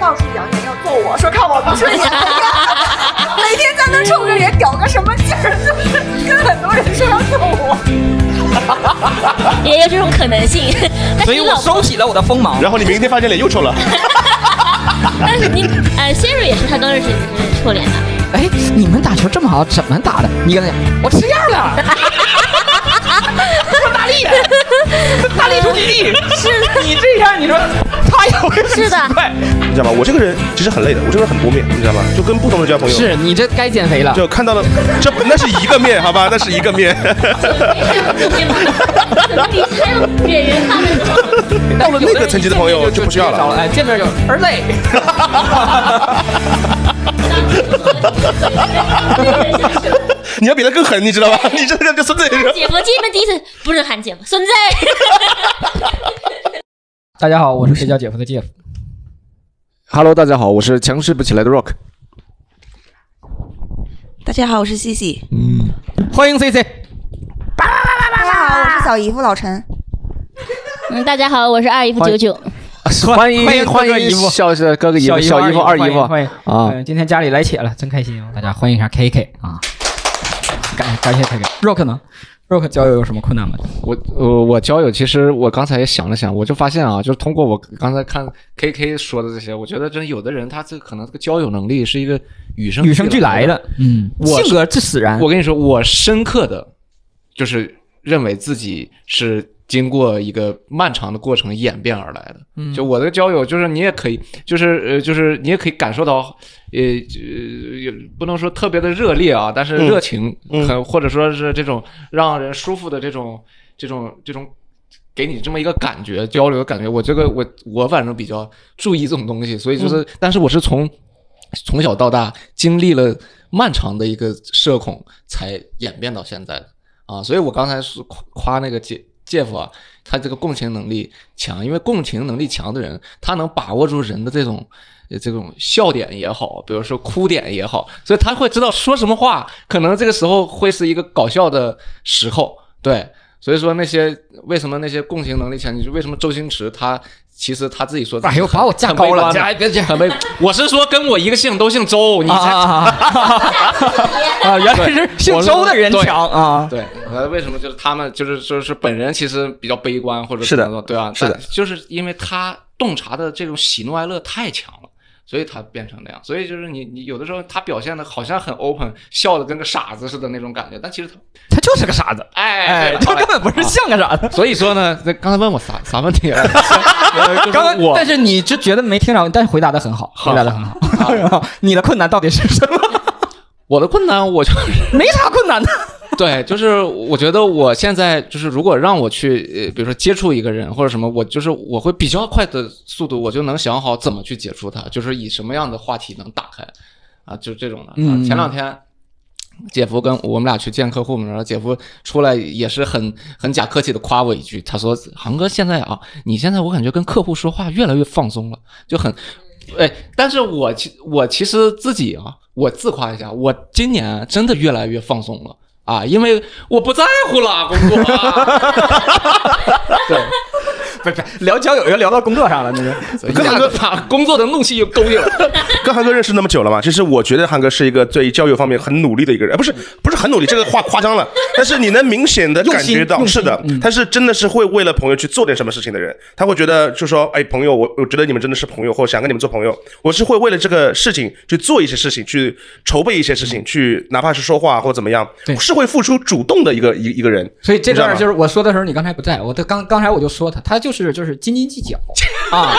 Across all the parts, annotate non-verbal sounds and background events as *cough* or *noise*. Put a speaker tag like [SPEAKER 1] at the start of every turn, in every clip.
[SPEAKER 1] 到处扬言要揍我，说看我 *laughs* 不顺眼，
[SPEAKER 2] *laughs*
[SPEAKER 1] 每天在那冲着脸屌个什么劲儿，就是跟很多人说要揍我。
[SPEAKER 3] 也有这种可能性。 *laughs* 但是
[SPEAKER 2] 所
[SPEAKER 3] 你
[SPEAKER 2] 以我
[SPEAKER 3] 老，
[SPEAKER 2] 收起了我的锋芒。
[SPEAKER 4] 然后你明天发现脸又臭了， *laughs*
[SPEAKER 3] 但是你，呃，Siri 也是他刚认识你的时候臭脸的。 *laughs*
[SPEAKER 2] 哎，你们打球这么好，怎么打的？你跟他讲，我吃药了。
[SPEAKER 1] *laughs*
[SPEAKER 2] 我说大力，大力出奇迹，是你这样，你说他也会
[SPEAKER 3] 是的
[SPEAKER 2] 很奇怪
[SPEAKER 4] 你知道吗？我这个人其实很累的，我这个人很多面，你知道吗？就跟不同的交朋友，
[SPEAKER 2] 是你这该减肥了。
[SPEAKER 4] 就看到了，这那是一个面，好吧，那是一个面。 *laughs*
[SPEAKER 3] 你还有演员看的
[SPEAKER 4] 到了那个层级的朋友就不需要
[SPEAKER 2] 了，
[SPEAKER 4] 了。
[SPEAKER 2] 哎，见面就儿累。
[SPEAKER 4] 你要比他更狠，你知道吧？ *laughs* 你这个就孙子也是。
[SPEAKER 3] *laughs* 姐夫，进门第一次不是喊姐夫，孙子。
[SPEAKER 2] 大家好，我是睡觉姐夫的姐夫。
[SPEAKER 5] Hello，大家好，我是强势不起来的 Rock。
[SPEAKER 6] 大家好，我是西西。
[SPEAKER 2] 欢迎 C C，
[SPEAKER 1] 大家好，我是小姨夫老陈。
[SPEAKER 3] *laughs* 嗯，大家好，我是二姨夫九九。
[SPEAKER 5] 欢迎
[SPEAKER 2] 欢迎
[SPEAKER 5] 欢
[SPEAKER 2] 哥哥姨
[SPEAKER 5] 迎
[SPEAKER 2] 夫
[SPEAKER 5] 小哥哥姨夫、小姨夫、二姨夫
[SPEAKER 2] 欢迎
[SPEAKER 5] 啊！
[SPEAKER 2] 嗯，今天家里来且了，真开心哦！大家欢迎一下 KK 啊，感感谢 KK。Rock 呢？Rock 交友有什么困难吗？
[SPEAKER 5] 我我我交友，其实我刚才也想了想，我就发现啊，就是通过我刚才看 KK 说的这些，我觉得真有的人他这可能这个交友能力是一个与生
[SPEAKER 2] 与生俱来
[SPEAKER 5] 的。
[SPEAKER 2] 的，嗯，
[SPEAKER 5] 我
[SPEAKER 2] 性格之使然。
[SPEAKER 5] 我跟你说，我深刻的就是认为自己是经过一个漫长的过程演变而来的。
[SPEAKER 2] 嗯
[SPEAKER 5] 就我的交友，就是你也可以，就是呃，就是你也可以感受到，呃，呃也不能说特别的热烈啊，但是
[SPEAKER 4] 嗯
[SPEAKER 5] 热情，
[SPEAKER 4] 嗯
[SPEAKER 5] 很或者说是这种让人舒服的这种这种这种。给你这么一个感觉，交流的感觉，我这个我我反正比较注意这种东西，所以就是，但是我是从从小到大经历了漫长的一个社恐，才演变到现在的啊。所以我刚才是夸夸那个杰杰夫啊，他这个共情能力强，因为共情能力强的人，他能把握住人的这种。呃这种笑点也好，比如说哭点也好，所以他会知道说什么话，可能这个时候会是一个搞笑的时候，对。所以说那些为什么那些共情能力强，你就为什么周星驰他其实他自己说自己
[SPEAKER 2] 哎呦，
[SPEAKER 5] 很
[SPEAKER 2] 把我架
[SPEAKER 5] 很悲
[SPEAKER 2] 高了，
[SPEAKER 5] 观的
[SPEAKER 2] 架别这样
[SPEAKER 5] 很悲。我是说跟我一个姓都姓周，你
[SPEAKER 2] 啊 *laughs*
[SPEAKER 5] 才、
[SPEAKER 2] 啊啊！啊，原来是姓周的人强啊！
[SPEAKER 5] 对。呃，为什么就是他们就是就是本人其实比较悲观或者
[SPEAKER 4] 是的
[SPEAKER 5] 怎么说对啊，
[SPEAKER 4] 是的
[SPEAKER 5] 但就是因为他洞察的这种喜怒哀乐太强了。所以他变成那样，所以就是你，你有的时候他表现的好像很 open，笑的跟个傻子似的那种感觉，但其实他，
[SPEAKER 2] 他就是个傻子，
[SPEAKER 5] 哎，
[SPEAKER 2] 哎
[SPEAKER 5] 对，
[SPEAKER 2] 他
[SPEAKER 5] 了
[SPEAKER 2] 根本不是像个傻子。
[SPEAKER 5] 所以说呢，那刚才问我啥啥问
[SPEAKER 2] *laughs*
[SPEAKER 5] 题来啊着？哎
[SPEAKER 2] 刚刚，但是你就觉得没听着，但是回答的很好，
[SPEAKER 5] 好
[SPEAKER 2] 回答的很好。然后 *laughs* 你的困难到底是什么？
[SPEAKER 5] 我的困难，我就
[SPEAKER 2] 没啥困难的。
[SPEAKER 5] 对，就是我觉得我现在就是，如果让我去，呃，比如说接触一个人或者什么，我就是我会比较快的速度，我就能想好怎么去接触他，就是以什么样的话题能打开，啊，就这种的。啊
[SPEAKER 2] 嗯
[SPEAKER 5] 前两天。姐夫跟我们俩去见客户嘛，然后姐夫出来也是很很假客气的夸我一句，他说：“航哥现在啊，你现在我感觉跟客户说话越来越放松了，就很，哎，但是我其我其实自己啊，我自夸一下，我今年啊真的越来越放松了啊，因 *laughs* 啊为我不在乎了工作、啊，对，
[SPEAKER 2] 不是，聊交友又聊到工作上了，那个
[SPEAKER 4] 跟韩哥
[SPEAKER 5] 把工作的怒气又勾起来了。
[SPEAKER 4] 跟韩哥认识那么久了嘛，其实我觉得韩哥是一个对交友方面很努力的一个人，呃不是不是很努力，这个话
[SPEAKER 2] *laughs*
[SPEAKER 4] 夸张了，但是你能明显的感觉到，
[SPEAKER 2] 用
[SPEAKER 4] 是
[SPEAKER 2] 心嗯
[SPEAKER 4] 的，他是真的是会为了朋友去做点什么事情的人，他会觉得就说，哎，朋友，我我觉得你们真的是朋友，或想跟你们做朋友，我是会为了这个事情去做一些事情，去筹备一些事情，去哪怕是说话或怎么样
[SPEAKER 2] 对，
[SPEAKER 4] 是会付出主动的一个一一个人，
[SPEAKER 2] 所以这段
[SPEAKER 4] 你知
[SPEAKER 2] 就
[SPEAKER 4] 道吗
[SPEAKER 2] 是我说的时候，你刚才不在，我都刚刚才我就说他，他就是就是斤斤计
[SPEAKER 4] *laughs*
[SPEAKER 2] 较啊。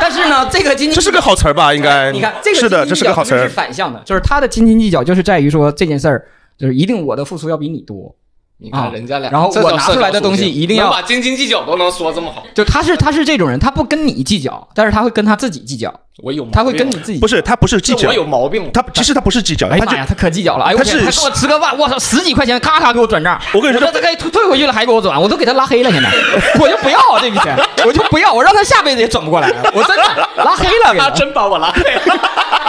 [SPEAKER 2] 但是呢，这个斤斤
[SPEAKER 4] 这是个好词儿吧？应该
[SPEAKER 2] 你看这个
[SPEAKER 4] 是的，
[SPEAKER 2] 斤斤计较
[SPEAKER 4] 这是个好词
[SPEAKER 2] 就
[SPEAKER 4] 儿
[SPEAKER 2] 是。反向的，就是他的斤斤计较就是在于说这件事儿，就是一定我的付出要比你多，
[SPEAKER 5] 你看人家俩，
[SPEAKER 2] 啊然后我拿出来的东西一定要
[SPEAKER 5] 能把斤斤计较都能说这么好，
[SPEAKER 2] 就他是他是这种人，他不跟你计较，但是他会跟他自己计较，
[SPEAKER 5] 我有毛病
[SPEAKER 2] 他会跟你自己
[SPEAKER 4] 不是，他不是计
[SPEAKER 5] 这
[SPEAKER 4] 较
[SPEAKER 5] 我，有毛病，
[SPEAKER 4] 他其实他不是计较，
[SPEAKER 2] 哎
[SPEAKER 4] 他
[SPEAKER 2] 呀
[SPEAKER 4] 就
[SPEAKER 2] 妈呀，他可计较了！哎呦，我
[SPEAKER 4] 他
[SPEAKER 2] 天
[SPEAKER 4] 是
[SPEAKER 2] 他给我吃个饭，我操，十几块钱，咔咔给我转账。
[SPEAKER 4] 我跟你
[SPEAKER 2] 我
[SPEAKER 4] 说
[SPEAKER 2] 说他该退退回去了，还给我转，我都给他拉黑了。现在我就不要啊这笔钱，我就不要，我让他下辈子也转不过来。我真的拉黑了给
[SPEAKER 5] 他
[SPEAKER 2] 他。
[SPEAKER 5] 真把我拉黑了，
[SPEAKER 2] *laughs*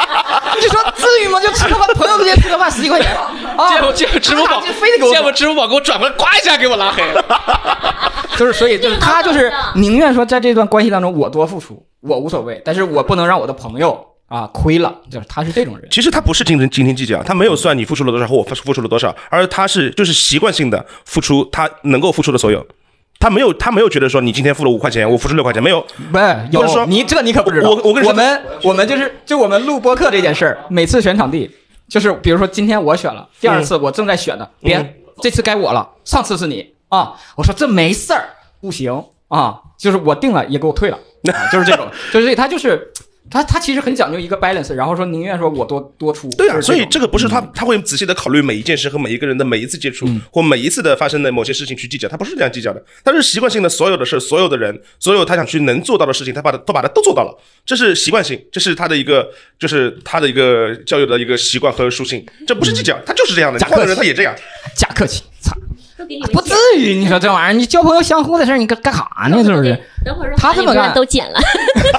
[SPEAKER 2] 你说至于吗？就吃个饭，朋友之间吃个饭十几块
[SPEAKER 5] *laughs*
[SPEAKER 2] 钱
[SPEAKER 5] 见
[SPEAKER 2] 啊
[SPEAKER 5] 我，见我支付宝，
[SPEAKER 2] 这非得给我
[SPEAKER 5] 见我支付宝给我转过来，呱一下给我拉黑了。
[SPEAKER 2] *laughs* 就是所以就是他就是宁愿说在这段关系当中我多付出，我无所谓，但是我不能让我的朋友啊亏了，就是他是这种人。
[SPEAKER 4] 其实他不是斤斤斤斤计较，他没有算你付出了多少或我付付出了多少，而他是就是习惯性的付出他能够付出的所有，他没有他没有觉得说你今天付了五块钱，我付出六块钱，没有，
[SPEAKER 2] 不是
[SPEAKER 4] 不是说
[SPEAKER 2] 有你这你可不知道。
[SPEAKER 4] 我我跟你说
[SPEAKER 2] 们我们就是就我们录播客这件事儿，每次选场地，就是比如说今天我选
[SPEAKER 4] 嗯
[SPEAKER 2] 了，第二次我正在选的，别这次该我了，上次是你啊。我说这没事儿，不行啊，就是我定了也给我退了，啊、就是这种，就是他就是他他其实很讲究一个 balance，然后说宁愿说我多多出。
[SPEAKER 4] 对啊，
[SPEAKER 2] 就是
[SPEAKER 4] 所以
[SPEAKER 2] 种
[SPEAKER 4] 这个不是他他会仔细的考虑每一件事和每一个人的每一次接触或每一次的发生的某些事情去计较，他不是这样计较的，他是习惯性的所有的事、所有的人、所有他想去能做到的事情，他把他都把它都做到了，这是习惯性，这是他的一个就是他的一个交友的一个习惯和属性，这不是计较，他就是这样的，
[SPEAKER 2] 咋
[SPEAKER 4] 换的人
[SPEAKER 2] 客气
[SPEAKER 4] 他也这样。
[SPEAKER 2] 假客气，操，
[SPEAKER 3] 都给你们
[SPEAKER 2] 不至于。你说这玩意儿，你交朋友相互的事儿，你干干啥呢？是不是？？
[SPEAKER 3] 等会儿
[SPEAKER 2] 他这么干
[SPEAKER 3] 都剪了， *laughs*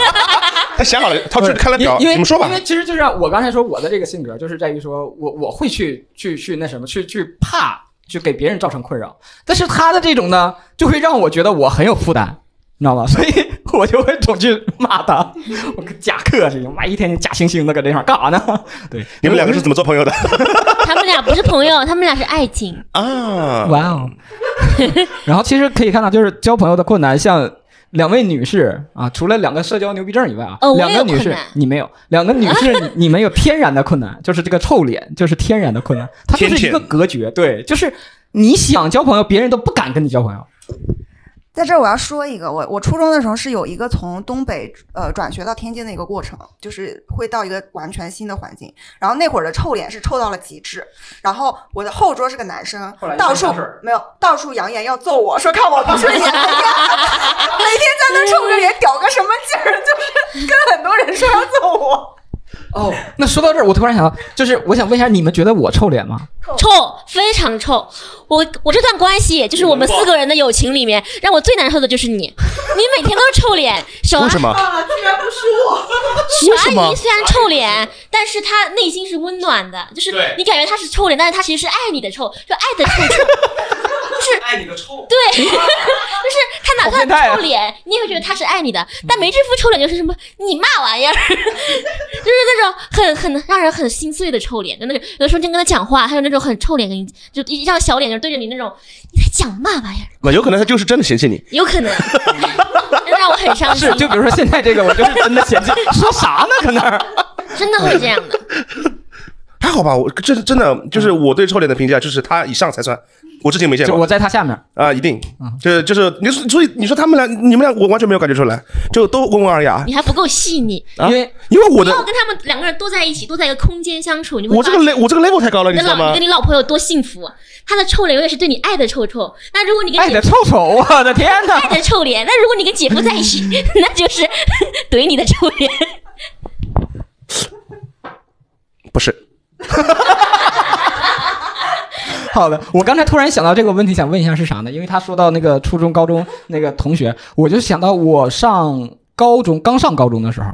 [SPEAKER 4] 他想好了，他去看了表，
[SPEAKER 2] 因为
[SPEAKER 4] 你们说吧
[SPEAKER 2] 因。为其实就是我刚才说我的这个性格，就是在于说我我会去去去那什么，去去怕去给别人造成困扰，但是他的这种呢，就会让我觉得我很有负担，你知道吗？所以 *laughs* 我就会总去骂他，我个假客气，妈一天天假惺惺的搁这块儿干啥呢？ *laughs* 对，
[SPEAKER 4] 你们两个是怎么做朋友的
[SPEAKER 3] 他们俩不是朋友，他们俩是爱情。
[SPEAKER 4] 啊？
[SPEAKER 2] 哇哦！ *laughs* 然后其实可以看到，就是交朋友的困难，像两位女士啊，除了两个社交牛逼症以外啊，
[SPEAKER 3] 哦我也
[SPEAKER 2] 两个女
[SPEAKER 3] 有困
[SPEAKER 2] 士
[SPEAKER 3] 难
[SPEAKER 2] 你没有，两个女士你你们有天然的困难，就是这个臭脸，就是天然的困难，它就
[SPEAKER 4] 天
[SPEAKER 2] 是
[SPEAKER 4] 谴
[SPEAKER 2] 一个隔绝，对，就是你想交朋友，别人都不敢跟你交朋友。
[SPEAKER 1] 在这儿我要说一个，我我初中的时候是有一个从东北呃转学到天津的一个过程，就是会到一个完全新的环境，然后那会儿的臭脸是臭到了极致，然后我的后桌是个男生
[SPEAKER 2] 后来，就
[SPEAKER 1] 到
[SPEAKER 2] 没
[SPEAKER 1] 处
[SPEAKER 2] 啥事儿
[SPEAKER 1] 没有到处扬言要揍我说看我不顺眼， *laughs* 每天在那臭着脸屌个什么劲儿，就是跟很多人说要揍我，
[SPEAKER 2] 哦，那说到这儿，我突然想到，就是我想问一下，你们觉得我臭脸吗？
[SPEAKER 3] 臭，非常臭。我我这段关系，就是我们四个人的友情里面，让我最难受的就是你，你每天都是臭脸。啊小阿
[SPEAKER 4] 为什么？
[SPEAKER 3] 小阿姨虽然臭脸，但是她内心是温暖的，就是
[SPEAKER 5] 对
[SPEAKER 3] 你感觉她是臭脸，但是她其实是爱你的臭，就爱的
[SPEAKER 5] *laughs*
[SPEAKER 3] 臭臭。
[SPEAKER 5] 爱你个臭！
[SPEAKER 3] 对， *laughs* 就是她哪
[SPEAKER 2] 好变态
[SPEAKER 3] 怕
[SPEAKER 2] 啊
[SPEAKER 3] 臭脸，你也会觉得她是爱你的。
[SPEAKER 5] 嗯
[SPEAKER 3] 但没这副臭脸，就是什么你嘛玩意儿， *laughs* 就是那种很很让人很心碎的臭脸，就那种有的时候你跟她讲话，还有那种很臭脸跟你就一张小脸，就对着你那种你在讲嘛玩意儿。
[SPEAKER 4] 那有可能他就是真的嫌弃你。
[SPEAKER 3] 有可
[SPEAKER 5] *laughs*
[SPEAKER 3] 能，哎让我很伤心
[SPEAKER 2] 是，，就比如说现在这个，我就是真的嫌弃，说啥呢？搁那儿，
[SPEAKER 3] 真的会这样的。
[SPEAKER 4] 还好吧，我这是真的，就是我对臭脸的评价就是他以上才算，我之前没见
[SPEAKER 2] 就
[SPEAKER 4] 过
[SPEAKER 2] 我在他下面，
[SPEAKER 4] 啊，一定，这就是你说，所以你说他们俩，你们俩我完全没有感觉出来，就都温文尔雅
[SPEAKER 3] 你还不够细腻，
[SPEAKER 4] 啊
[SPEAKER 2] 因为，
[SPEAKER 4] 因为我的
[SPEAKER 3] 要跟他们两个人多在一起，多在一个空间相处，你会
[SPEAKER 4] 我这个
[SPEAKER 3] 发现
[SPEAKER 4] level 我这个 level 太高了，
[SPEAKER 3] 你
[SPEAKER 4] 你
[SPEAKER 3] 的
[SPEAKER 4] 知道
[SPEAKER 3] 老
[SPEAKER 4] 吗
[SPEAKER 3] 你跟？你老婆有多幸福？她的臭脸永远是对你爱的臭
[SPEAKER 2] *laughs*
[SPEAKER 3] 臭。那如果你跟
[SPEAKER 2] 爱
[SPEAKER 3] 姐
[SPEAKER 2] 哎的臭臭，我的天哪！
[SPEAKER 3] 爱的臭脸，那如果你跟姐夫在一
[SPEAKER 2] *laughs*
[SPEAKER 3] 起，那就是怼你的臭脸。
[SPEAKER 4] 不是，
[SPEAKER 2] *laughs* 好的，我刚才突然想到这个问题，想问一下是啥呢？因为他说到那个初中、高中那个同学，我就想到我上高中刚上高中的时候，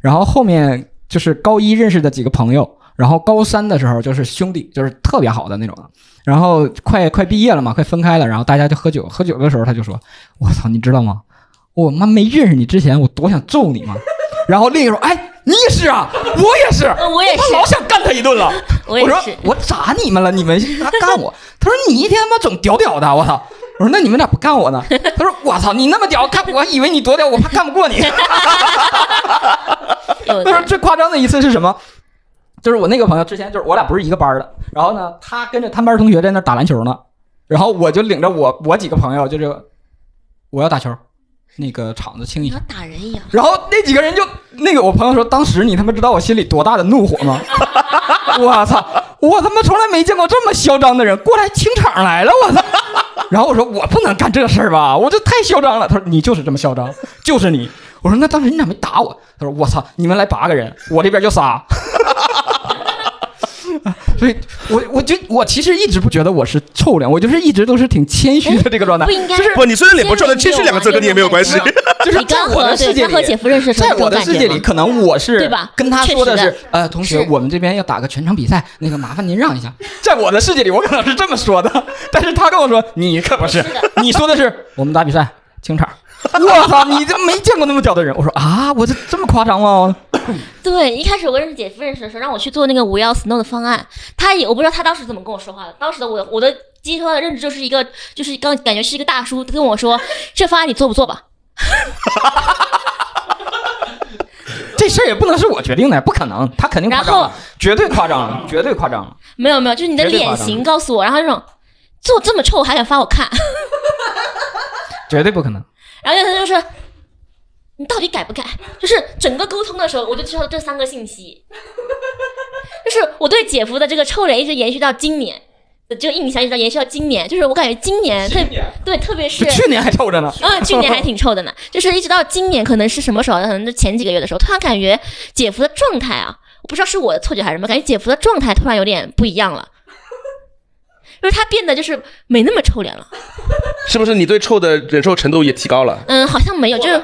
[SPEAKER 2] 然后后面就是高一认识的几个朋友，然后高三的时候就是兄弟，就是特别好的那种的。然后快快毕业了嘛，快分开了，然后大家就喝酒，喝酒的时候他就说：“我操，你知道吗？我妈没认识你之前，我多想揍你嘛。然后另一个说，哎，你也是啊，我也是，
[SPEAKER 3] 嗯我也是
[SPEAKER 2] 他老想干他一顿了。
[SPEAKER 3] 我也
[SPEAKER 2] 我说
[SPEAKER 3] 是，
[SPEAKER 2] 我咋你们了？你们他干我？ *laughs* 他说你一天他妈总屌屌的，我操！我说那你们咋不干我呢？他说我操，你那么屌，看我还以为你多屌，我怕干不过你。*laughs*
[SPEAKER 3] 有
[SPEAKER 2] 他说最夸张的一次是什么？就是我那个朋友之前就是我俩不是一个班儿的，然后呢，他跟着他们班同学在那打篮球呢，然后我就领着我我几个朋友就是我要打球，那个场子清一
[SPEAKER 3] 你
[SPEAKER 2] 下
[SPEAKER 3] 要。打人
[SPEAKER 2] *laughs*
[SPEAKER 3] 一样，
[SPEAKER 2] 然后那几个人就那个我朋友说，当时你他妈知道我心里多大的怒火吗？我操！我他妈从来没见过这么嚣张的人过来清场来了，我操！然后我说我不能干这事儿吧，我这太嚣张了。他说你就是这么嚣张，就是你。我说那当时你咋没打我？他说我操，你们来八个人，我这边就仨。 *laughs* 所以，我我就我其实一直不觉得我是臭脸，我就是一直都是挺谦虚的这个状态
[SPEAKER 3] 不。应该。
[SPEAKER 2] 就是
[SPEAKER 4] 不，你虽然脸不臭，但谦虚两个字跟你也没有关系。
[SPEAKER 2] *laughs* 就是
[SPEAKER 3] 你刚
[SPEAKER 2] 在我
[SPEAKER 3] 和
[SPEAKER 2] 的世
[SPEAKER 3] 对
[SPEAKER 2] 界
[SPEAKER 3] 刚
[SPEAKER 2] 里
[SPEAKER 3] 和姐夫认识的时候，
[SPEAKER 2] 在我的
[SPEAKER 3] 你这
[SPEAKER 2] 世
[SPEAKER 3] 种
[SPEAKER 2] 界
[SPEAKER 3] 感
[SPEAKER 2] 里，
[SPEAKER 3] 觉吗
[SPEAKER 2] 可能我是
[SPEAKER 3] 对吧
[SPEAKER 2] 跟他说的
[SPEAKER 3] 确
[SPEAKER 2] 是
[SPEAKER 3] 实，
[SPEAKER 2] 呃，同学，
[SPEAKER 3] 是
[SPEAKER 2] 我们这边要打个全场比赛，那个麻烦您让一下。 *laughs* 在我的世界里，我可能是这么说的，但是他跟我说，你可不是，你说的是 *laughs* 我们打比赛清场。 *laughs* 我操，你这没见过那么屌的人！我说啊，我这这么夸张吗？
[SPEAKER 3] 对，一开始我认识姐夫认识的时候，让我去做那个五幺 snow 的方案，他也我不知道他当时怎么跟我说话的，当时的我我的接收到的认知就是一个就是刚感觉是一个大叔跟我说这方案你做不做吧？
[SPEAKER 2] 这事儿也不能是我决定的，不可能，他肯定夸张
[SPEAKER 3] 然
[SPEAKER 2] 了
[SPEAKER 3] 后，
[SPEAKER 2] 绝对夸张了，绝对夸张了。
[SPEAKER 3] 没有没有，就是你的
[SPEAKER 2] 绝对
[SPEAKER 3] 脸
[SPEAKER 2] 夸张
[SPEAKER 3] 型告诉我，然后那种做这么臭还敢发我看， *laughs*
[SPEAKER 2] 绝对不可能。
[SPEAKER 3] 然后他就是你到底改不改？就是整个沟通的时候，我就知道这三个信息， *laughs* 就是我对姐夫的这个臭脸一直延续到今年。这个印象一直到延续到今年，就是我感觉今年特对，特别是
[SPEAKER 2] 就去年还臭着呢，
[SPEAKER 3] 嗯，去年还挺臭的
[SPEAKER 4] *laughs*
[SPEAKER 3] 呢，就是一直到今年，可能是什么时候？可能是前几个月的时候，突然感觉姐夫的状态啊，我不知道是我的错觉还是什么，感觉姐夫的状态突然有点不一样了，就是他变得就是没那么臭脸了。
[SPEAKER 4] 是不是你对臭的忍受程度也提高了？嗯
[SPEAKER 3] 嗯，好像没有，就是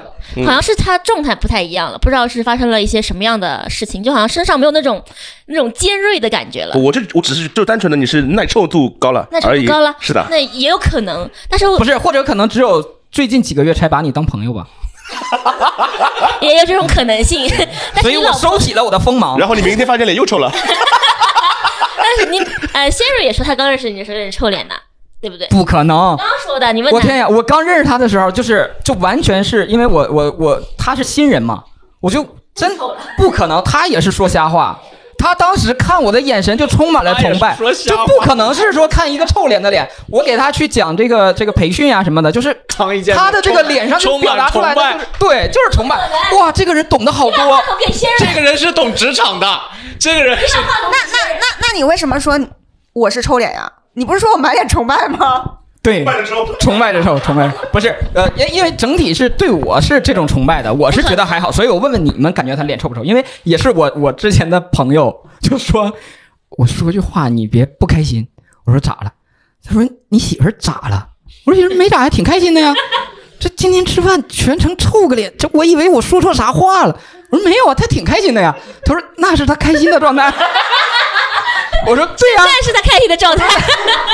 [SPEAKER 3] 好像是他状态不太一样了，不知道是发生了一些什么样的事情，就好像身上没有那种那种尖锐的感觉了。
[SPEAKER 4] 我这我只是就单纯的你是耐臭度高了
[SPEAKER 3] 那
[SPEAKER 4] 而
[SPEAKER 3] 程
[SPEAKER 4] 已，
[SPEAKER 3] 度高了，
[SPEAKER 4] 是的，
[SPEAKER 3] 那也有可能，但是我
[SPEAKER 2] 不是，或者可能只有最近几个月才把你当朋友吧，
[SPEAKER 3] 也有这种可能性。但
[SPEAKER 2] 所
[SPEAKER 3] 是
[SPEAKER 2] 以
[SPEAKER 3] 你
[SPEAKER 2] 我
[SPEAKER 3] 老
[SPEAKER 2] 收起了我的锋芒。
[SPEAKER 4] 然后你明天发现脸又臭了，
[SPEAKER 3] 但 *laughs* 是你呃，Sherry 也说他刚认识你的时候有点臭脸的，对不对？
[SPEAKER 2] 不可能，
[SPEAKER 3] 刚说的，你问
[SPEAKER 2] 我
[SPEAKER 3] 他
[SPEAKER 2] 天呀！我刚认识他的时候，就是就完全是因为我我我他是新人嘛，我就真不可能，他也是说瞎话。他当时看我的眼神就充满了崇拜，
[SPEAKER 5] 他也是
[SPEAKER 2] 就
[SPEAKER 5] 说瞎话
[SPEAKER 2] 不可能是说看一个臭脸的脸。我给他去讲这个这个培训啊什么的，就是
[SPEAKER 5] 苍一见
[SPEAKER 2] 他的这个脸上就
[SPEAKER 5] 充
[SPEAKER 2] 表达
[SPEAKER 5] 满
[SPEAKER 2] 出
[SPEAKER 5] 崇
[SPEAKER 2] 来的、
[SPEAKER 5] 拜
[SPEAKER 2] 就是，对，就是崇拜。哇，这个人懂得好多，
[SPEAKER 3] 我给 Sherry
[SPEAKER 5] 这个人是懂职场的，这个人是
[SPEAKER 1] 那那你为什么说我是臭脸呀？你不是说我满脸崇拜吗？
[SPEAKER 2] 对，崇拜着受，崇拜着不是，呃，因因为整体是对我是这种崇拜的，我是觉得还好，所以我问问你们，感觉他脸臭不臭？因为也是我我之前的朋友就说，我说句话你别不开心，我说咋了？他说你媳妇儿咋了？我说媳妇儿没咋，还挺开心的呀。这今天吃饭全程臭个脸，这我以为我说错啥话了。我说没有啊，他挺开心的呀。他说那是他开心的状态。 *laughs* 我说对呀、
[SPEAKER 3] 但是他开心的
[SPEAKER 2] *laughs*
[SPEAKER 3] 状态，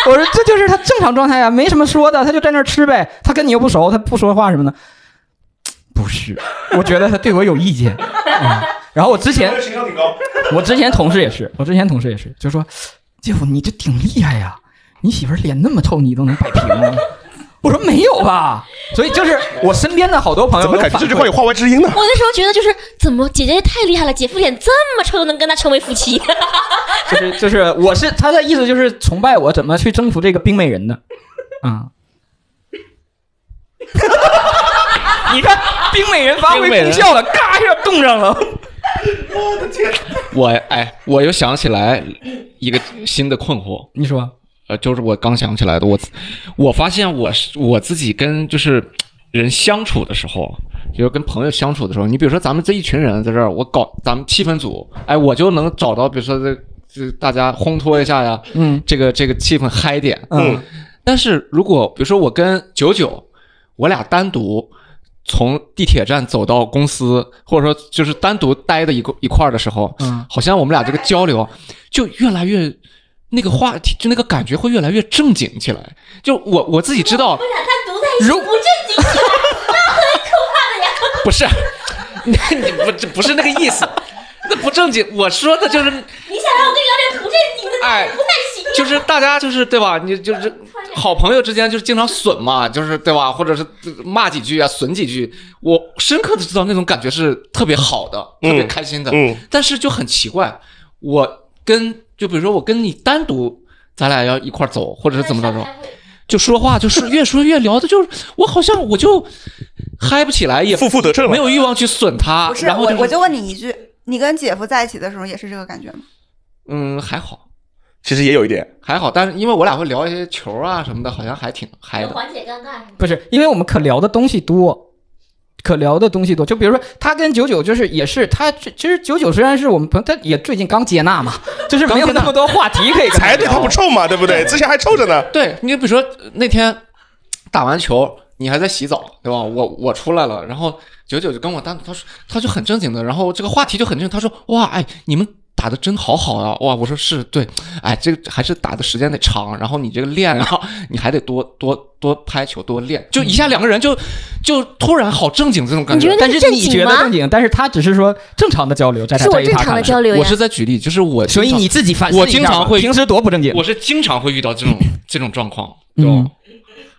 [SPEAKER 2] 我说这就是他正常状态啊，没什么说的，他就在那儿吃呗。他跟你又不熟，他不说话什么的。不是，我觉得他对我有意 *laughs* 见。嗯、然后我之前
[SPEAKER 4] 情商挺高。
[SPEAKER 2] 我之前同事也是，我之前同事也是，就说姐夫你这挺厉害呀、你媳妇儿脸那么臭，你都能摆平啊？ *laughs* 我说没有吧，所以就是我身边的好多朋友
[SPEAKER 4] 怎么
[SPEAKER 2] 都
[SPEAKER 4] 感觉
[SPEAKER 2] 反
[SPEAKER 4] 这句
[SPEAKER 2] 馈
[SPEAKER 4] 话有话外之音呢？
[SPEAKER 3] 我那时候觉得就是怎么姐姐也太厉害了，姐夫脸这么臭都能跟他成为
[SPEAKER 2] *laughs*
[SPEAKER 3] 夫妻，
[SPEAKER 2] 就是就是，我是他的意思就是崇拜我怎么去征服这个冰美人的，啊、你看冰美人发挥功效了，嘎一下冻上了。
[SPEAKER 5] 我哎，我又想起来一个新的困惑，
[SPEAKER 2] 你说
[SPEAKER 5] 呃，就是我刚想起来的，我我发现我是我自己跟就是人相处的时候，就是跟朋友相处的时候，你比如说咱们这一群人在这儿，我搞咱们气氛组，哎，我就能找到，比如说这这大家烘托一下呀，
[SPEAKER 2] 嗯
[SPEAKER 5] 这个这个气氛嗨点，
[SPEAKER 2] 嗯，
[SPEAKER 5] 但是如果比如说我跟九九，我俩单独从地铁站走到公司，或者说就是单独待的一个一块儿的时候，
[SPEAKER 2] 嗯
[SPEAKER 5] 好像我们俩这个交流就越来越那个话题，就那个感觉会越来越正经起来。就我我自己知道，
[SPEAKER 3] 单独在
[SPEAKER 2] 如
[SPEAKER 3] 正经起来，那很可
[SPEAKER 5] 不是， *laughs* 你你不这不是那个意思，那不正经。我说的就是，
[SPEAKER 3] 你想让我跟你聊这个不正经
[SPEAKER 2] 啊
[SPEAKER 3] 的，
[SPEAKER 5] 哎
[SPEAKER 3] 不太行。
[SPEAKER 5] 就是大家就是对吧？你就是好朋友之间就是经常损嘛，就是对吧？或者是骂几句啊，损几句。我深刻的知道那种感觉是特别好的，
[SPEAKER 4] 嗯
[SPEAKER 5] 特别开心的。
[SPEAKER 4] 嗯
[SPEAKER 5] 但是就很奇怪，我跟就比如说我跟你单独，咱俩要一块儿走，或
[SPEAKER 3] 哎
[SPEAKER 5] 者是怎么着怎么着，就说话就是越说越聊的，就是我好像我就嗨不起来，也
[SPEAKER 4] 负负得正
[SPEAKER 5] 没
[SPEAKER 4] 嘛。
[SPEAKER 5] 有欲望去损他
[SPEAKER 1] 不。是
[SPEAKER 5] 啊然后
[SPEAKER 1] 我，我
[SPEAKER 5] 是
[SPEAKER 1] 就问你一句，你跟姐夫在一起的时候也是这个感觉吗？
[SPEAKER 5] 嗯还好
[SPEAKER 4] 其实也有一点，
[SPEAKER 5] 还好，但是因为我俩会聊一些球啊什么的，好像还挺嗨
[SPEAKER 3] 能
[SPEAKER 5] 的。
[SPEAKER 3] 缓解尴尬什么的。
[SPEAKER 2] 不是，因为我们可聊的东西多，可聊的东西多。就比如说，他跟九九就是也是他，其其实九九虽然是我们朋友，但也最近刚接纳嘛，就是没有那么多话题可以跟
[SPEAKER 4] 才对
[SPEAKER 2] 聊
[SPEAKER 4] 他不臭嘛，对不对？之前还臭着呢。
[SPEAKER 5] 对你就比如说呃那天打完球，你还在洗澡，对吧？我我出来了，然后九九就跟我单独，他说他就很正经的，然后这个话题就很正经，他说哇，哎，你们。打的真好好啊！哇，我说是对，哎，这个还是打的时间得长，然后你这个练啊， *laughs* 你还得多多多拍球，多练，就一下两个人就就突然好正经这种感
[SPEAKER 3] 你觉得
[SPEAKER 2] 但是
[SPEAKER 3] 正
[SPEAKER 2] 你
[SPEAKER 3] 经
[SPEAKER 2] 觉得
[SPEAKER 3] 吗
[SPEAKER 2] 正经，但是他只是说正常的交流，在他
[SPEAKER 3] 是我
[SPEAKER 2] 在于
[SPEAKER 3] 正
[SPEAKER 2] 他
[SPEAKER 3] 常的
[SPEAKER 2] 看
[SPEAKER 3] 交流呀。
[SPEAKER 5] 我是在举例，就是我
[SPEAKER 2] 所以
[SPEAKER 5] 经常
[SPEAKER 2] 你自己反思
[SPEAKER 5] 我
[SPEAKER 2] 一下
[SPEAKER 5] 经常
[SPEAKER 2] 吧
[SPEAKER 5] 会
[SPEAKER 2] 平时多不正经，
[SPEAKER 5] 我是经常会遇到这种这种状况，对吧？
[SPEAKER 2] 嗯，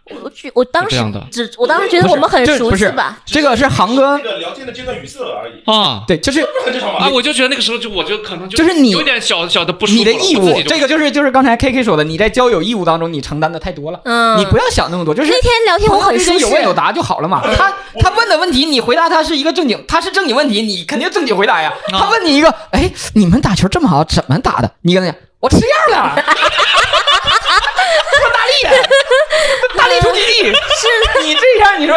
[SPEAKER 3] 我我只我当
[SPEAKER 5] 是这
[SPEAKER 3] 时
[SPEAKER 5] 样的
[SPEAKER 3] 只我当时觉得我们很
[SPEAKER 2] 不是
[SPEAKER 3] 熟
[SPEAKER 2] 不
[SPEAKER 3] 悉
[SPEAKER 2] 是
[SPEAKER 3] 吧，
[SPEAKER 2] 这个是航
[SPEAKER 5] *laughs*
[SPEAKER 2] 哥
[SPEAKER 4] 这，个聊天的阶段语塞而已，
[SPEAKER 5] 啊，
[SPEAKER 2] 对，就是
[SPEAKER 4] 很正常
[SPEAKER 5] 啊，我就觉得那个时候就我就可能就
[SPEAKER 2] 就是你
[SPEAKER 5] 有点小小的不舒服
[SPEAKER 2] 你
[SPEAKER 5] 了，
[SPEAKER 2] 的义
[SPEAKER 5] 我自
[SPEAKER 2] 务
[SPEAKER 5] 己，就
[SPEAKER 2] 这个就是就是刚才 K K 说的，你在交友义务当中你承担的太多了，
[SPEAKER 3] 嗯，
[SPEAKER 2] 你不要想那么多，就是
[SPEAKER 3] 那天聊天我
[SPEAKER 2] 朋
[SPEAKER 3] 很
[SPEAKER 2] 友
[SPEAKER 3] 舒
[SPEAKER 2] 之间
[SPEAKER 3] 适
[SPEAKER 2] 有，问有答就好了嘛。他他问的问题，你回答他是一个正经，他是正经问题，你肯定正经回答呀。他问你一个，哎，你们打球这么好，怎么打的？你跟他讲，我吃药了。我大力的，大力出奇迹。是你这样，你说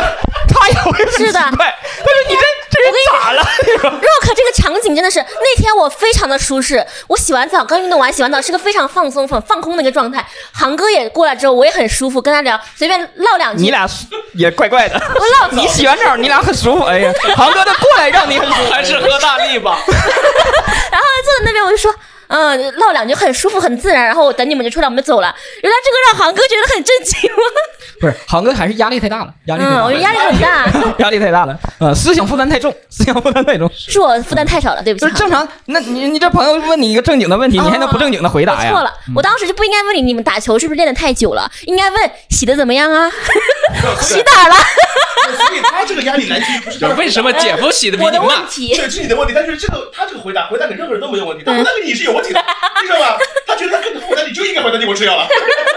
[SPEAKER 2] 他也会很
[SPEAKER 3] 是的
[SPEAKER 2] 奇怪。他说你这这人咋了？你说
[SPEAKER 3] Rock 这个场景真的是那天我非常的舒适，我洗完澡刚运动完，洗完澡是个非常放松、很放空的一个状态。航哥也过来之后，我也很舒服，跟他聊，随便唠两句。
[SPEAKER 2] 你俩也怪怪的。
[SPEAKER 3] 我唠
[SPEAKER 2] 你洗完澡，你俩很舒服。哎 *laughs* 呀，航哥他过来让你很舒服。
[SPEAKER 5] 还是喝大力吧。
[SPEAKER 3] 然后坐在那边我就说，嗯，唠两句很舒服很自然，然后我等你们就出来，我们就走了。原来这个让航哥觉得很震惊吗？
[SPEAKER 2] 不是，航哥还是压力太大了， *laughs* 压力太
[SPEAKER 3] 嗯，
[SPEAKER 2] 大
[SPEAKER 3] 我觉
[SPEAKER 2] 了
[SPEAKER 3] 得。压力很大，
[SPEAKER 2] *laughs* 压力太大了，呃，思想负担太重，思想负担太重。
[SPEAKER 3] 是我负担太少了，对不起啊
[SPEAKER 2] 就是正
[SPEAKER 3] 航哥。
[SPEAKER 2] 常，那你你这朋友问你一个正经的问题，你还能不正经的回答呀？嗯
[SPEAKER 3] 哦我错了，我当时就不应该问你，你们打球是不是练得太久了？应该问洗的怎么样啊？洗哪儿了？
[SPEAKER 4] 所以他这个压力来自于不是 *laughs*
[SPEAKER 5] 就是为什么姐夫洗的比
[SPEAKER 3] 我
[SPEAKER 5] 你
[SPEAKER 3] 的问
[SPEAKER 5] 慢？
[SPEAKER 3] 题。
[SPEAKER 4] 这是你的问题，但是这个他这个回答回答给任何人都没有问题，他回答给你是有问题 *laughs* 的，你知道吧？他觉得他可能回答你就应该回答你我吃药了，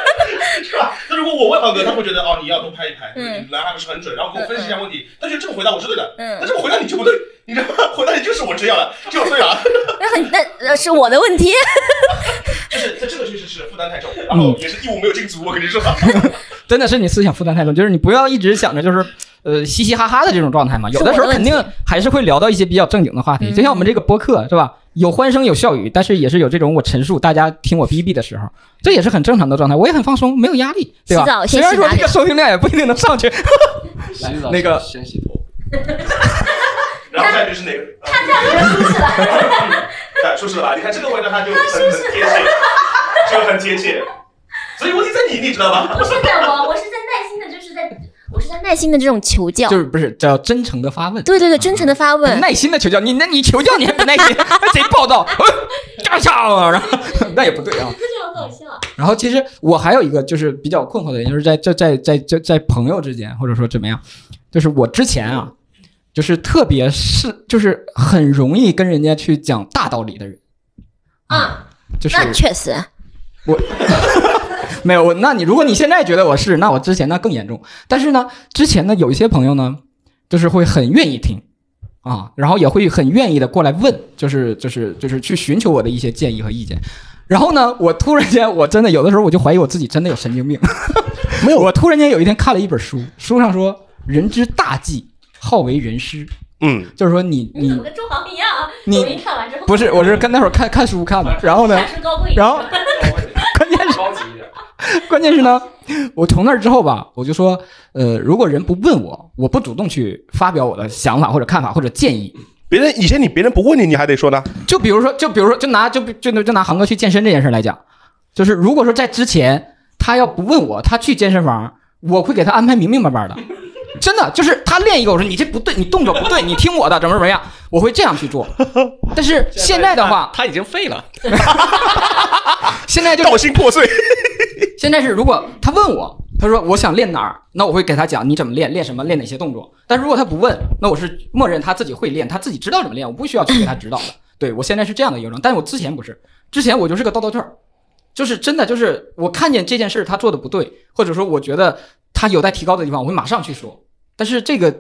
[SPEAKER 4] *laughs* 是吧？那如果我问浩哥，他会觉得哦你要多拍一拍，
[SPEAKER 3] 嗯
[SPEAKER 4] 你来还不是很准，然后给我分析一下问题，他觉得这个回答我是对的，
[SPEAKER 3] 嗯
[SPEAKER 4] 但这个回答你就不对，你知道吗？ *laughs* 回答你就是我吃药了，就对了，
[SPEAKER 3] 那很那呃是我的问题，
[SPEAKER 4] *laughs* 就是在这个确实是负担太重，然后也是义务没有尽足，我跟你说，
[SPEAKER 2] *laughs* 真的是你思想负担太重，就是你不要一直想着就是呃嘻嘻哈哈的这种状态嘛，有的时候肯定还是会聊到一些比较正经的话题，
[SPEAKER 3] 嗯
[SPEAKER 2] 就像我们这个播客是吧？有欢声有笑语，但是也是有这种我陈述大家听我哔哔的时候，这也是很正常的状态，我也很放松，没有压力，对
[SPEAKER 3] 洗
[SPEAKER 2] 吧？
[SPEAKER 3] 澡
[SPEAKER 2] 虽
[SPEAKER 3] 先
[SPEAKER 2] 然
[SPEAKER 3] 洗
[SPEAKER 2] 说
[SPEAKER 3] 哪
[SPEAKER 2] 这个收听量也不一定能上去，那个
[SPEAKER 5] 先洗头，
[SPEAKER 4] 然后下一句是哪个？啊
[SPEAKER 3] 这样就出去了。
[SPEAKER 4] *laughs* 哎，说是吧？你看这个回答他就很很贴切，就很贴切，所以问题在你，你知道吧？
[SPEAKER 3] 不是的，我我是在耐心的，就是在我是在耐心的这种求教
[SPEAKER 2] 就。是不是叫真诚的发问。
[SPEAKER 3] 对对对，真诚的发问。
[SPEAKER 2] 耐心的求教，你那你求教你还不耐
[SPEAKER 3] *laughs*
[SPEAKER 2] 心，那贼暴躁，呃干啥玩意儿？那也不对啊。
[SPEAKER 3] 这很搞笑。
[SPEAKER 2] 然后其实我还有一个就是比较困惑的，就是在在在在在在朋友之间，或者说怎么样，就是我之前啊，就是特别是就是很容易跟人家去讲大道理的人，
[SPEAKER 3] 嗯，
[SPEAKER 2] 就是
[SPEAKER 3] 那确实，
[SPEAKER 2] 没有我。那你如果你现在觉得我是，那我之前那更严重。但是呢，之前呢有一些朋友呢，就是会很愿意听啊，然后也会很愿意的过来问，就是就是就是去寻求我的一些建议和意见。然后呢，我突然间，我真的有的时候我就怀疑我自己真的有神经病。没 *laughs* 有，我突然间有一天看了一本书，书上说“人之大忌，好为人师
[SPEAKER 4] 嗯”，，
[SPEAKER 2] 就是说你你
[SPEAKER 3] 跟周航一样？
[SPEAKER 2] 你
[SPEAKER 3] 抖音看完之后
[SPEAKER 2] 不
[SPEAKER 3] *laughs*
[SPEAKER 2] 是，我是跟那会儿看看书看的，然后呢，
[SPEAKER 3] 是高贵
[SPEAKER 2] 然后关键是关键是呢，我从那儿之后吧，我就说，呃，如果人不问我，我不主动去发表我的想法或者看法或者建议。
[SPEAKER 4] 别人以前你别人不问你，你还得说呢。
[SPEAKER 2] 就比如说，就比如说，就拿就就就拿航哥去健身这件事来讲，就是如果说在之前他要不问我，他去健身房，我会给他安排明明白白的。真的就是他练一个，我说你这不对，你动作不对，你听我的，怎么怎么样，我会这样去做。但是现在的话，
[SPEAKER 5] 他已经废了。
[SPEAKER 2] 现在就
[SPEAKER 4] 道心破 *laughs* 碎。
[SPEAKER 2] 现在是，如果他问我，他说我想练哪儿，那我会给他讲你怎么练，练什么，练哪些动作。但如果他不问，那我是默认他自己会练，他自己知道怎么练，我不需要去给他指导的。对我现在是这样的一个状态，但是我之前不是，之前我就是个倒倒卷儿，就是真的就是我看见这件事他做的不对，或者说我觉得他有待提高的地方，我会马上去说。但是这个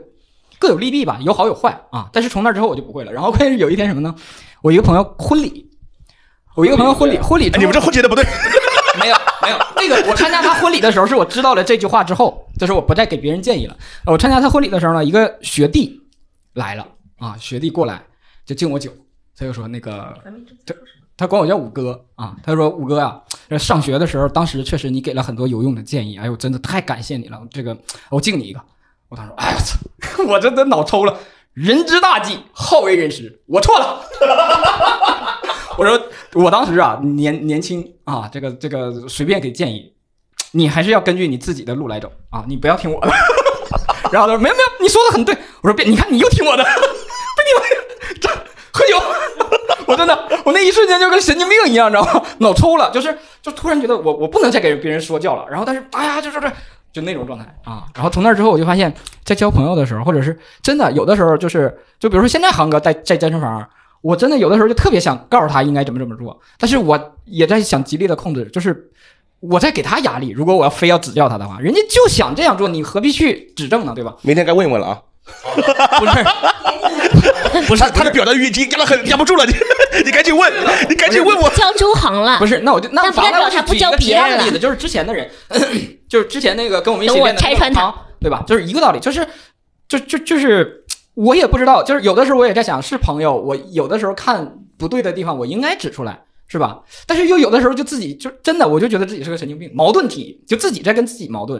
[SPEAKER 2] 各有利弊吧，有好有坏啊。但是从那之后我就不会了。然后开始有一天什么呢？我一个朋友婚礼，我一个朋友婚礼，婚礼
[SPEAKER 4] 哎你们这混结的不对，
[SPEAKER 2] *laughs* 没有没有，那个我参加他婚礼的时候，是我知道了这句话之后，就是我不再给别人建议了。呃我参加他婚礼的时候呢，一个学弟来了啊，学弟过来就敬我酒，他就说那个，他他管我叫五哥啊，他说五哥啊，呃上学的时候，当时确实你给了很多有用的建议，哎呦，真的太感谢你了，这个我敬你一个。我当时哎呀，我操，我真的脑抽了，人之大计，好为人师，我错了。我说我当时啊年年轻啊，这个这个随便给建议，你还是要根据你自己的路来走啊，你不要听我的。 *laughs* 然后他说没有没有，你说的很对。我说别，你看你又听我的， *laughs* 别 *laughs* 听我的，这喝酒。 *laughs* 我真的，我那一瞬间就跟神经病一样，你知道吗？ *laughs* 脑抽了，就是就突然觉得我我不能再给别人说教了。然后但是哎呀，就是这就那种状态啊。然后从那之后我就发现，在交朋友的时候，或者是真的有的时候就是，就比如说现在航哥在在健身房，我真的有的时候就特别想告诉他应该怎么怎么做，但是我也在想极力的控制，就是我在给他压力。如果我要非要指教他的话，人家就想这样做，你何必去指正呢？对吧？
[SPEAKER 4] 明天该问一问了啊。
[SPEAKER 2] 不是，
[SPEAKER 4] 不是，他的表达语已经压得很压不住了，你 *laughs* 你赶紧问，你赶紧问我。
[SPEAKER 3] *laughs* 教周航了
[SPEAKER 2] 不，是，那我就那
[SPEAKER 3] 但不代
[SPEAKER 2] 反正
[SPEAKER 3] 表
[SPEAKER 2] 我
[SPEAKER 3] 他
[SPEAKER 2] 就
[SPEAKER 3] 不
[SPEAKER 2] 举一
[SPEAKER 3] 教
[SPEAKER 2] 个
[SPEAKER 3] 别
[SPEAKER 2] 其他
[SPEAKER 3] 人
[SPEAKER 2] 的
[SPEAKER 3] 了
[SPEAKER 2] 例子，就是之前的人， *clears throat* 就是之前那个跟我们一起
[SPEAKER 3] 等我
[SPEAKER 2] 练的那
[SPEAKER 3] 拆
[SPEAKER 2] 个
[SPEAKER 3] 穿他
[SPEAKER 2] 唐，对吧？就是一个道理，就是就就就是我也不知道，就是有的时候我也在想，是朋友，我有的时候看不对的地方，我应该指出来。是吧？但是又有的时候就自己就真的，我就觉得自己是个神经病，矛盾体，就自己在跟自己矛盾，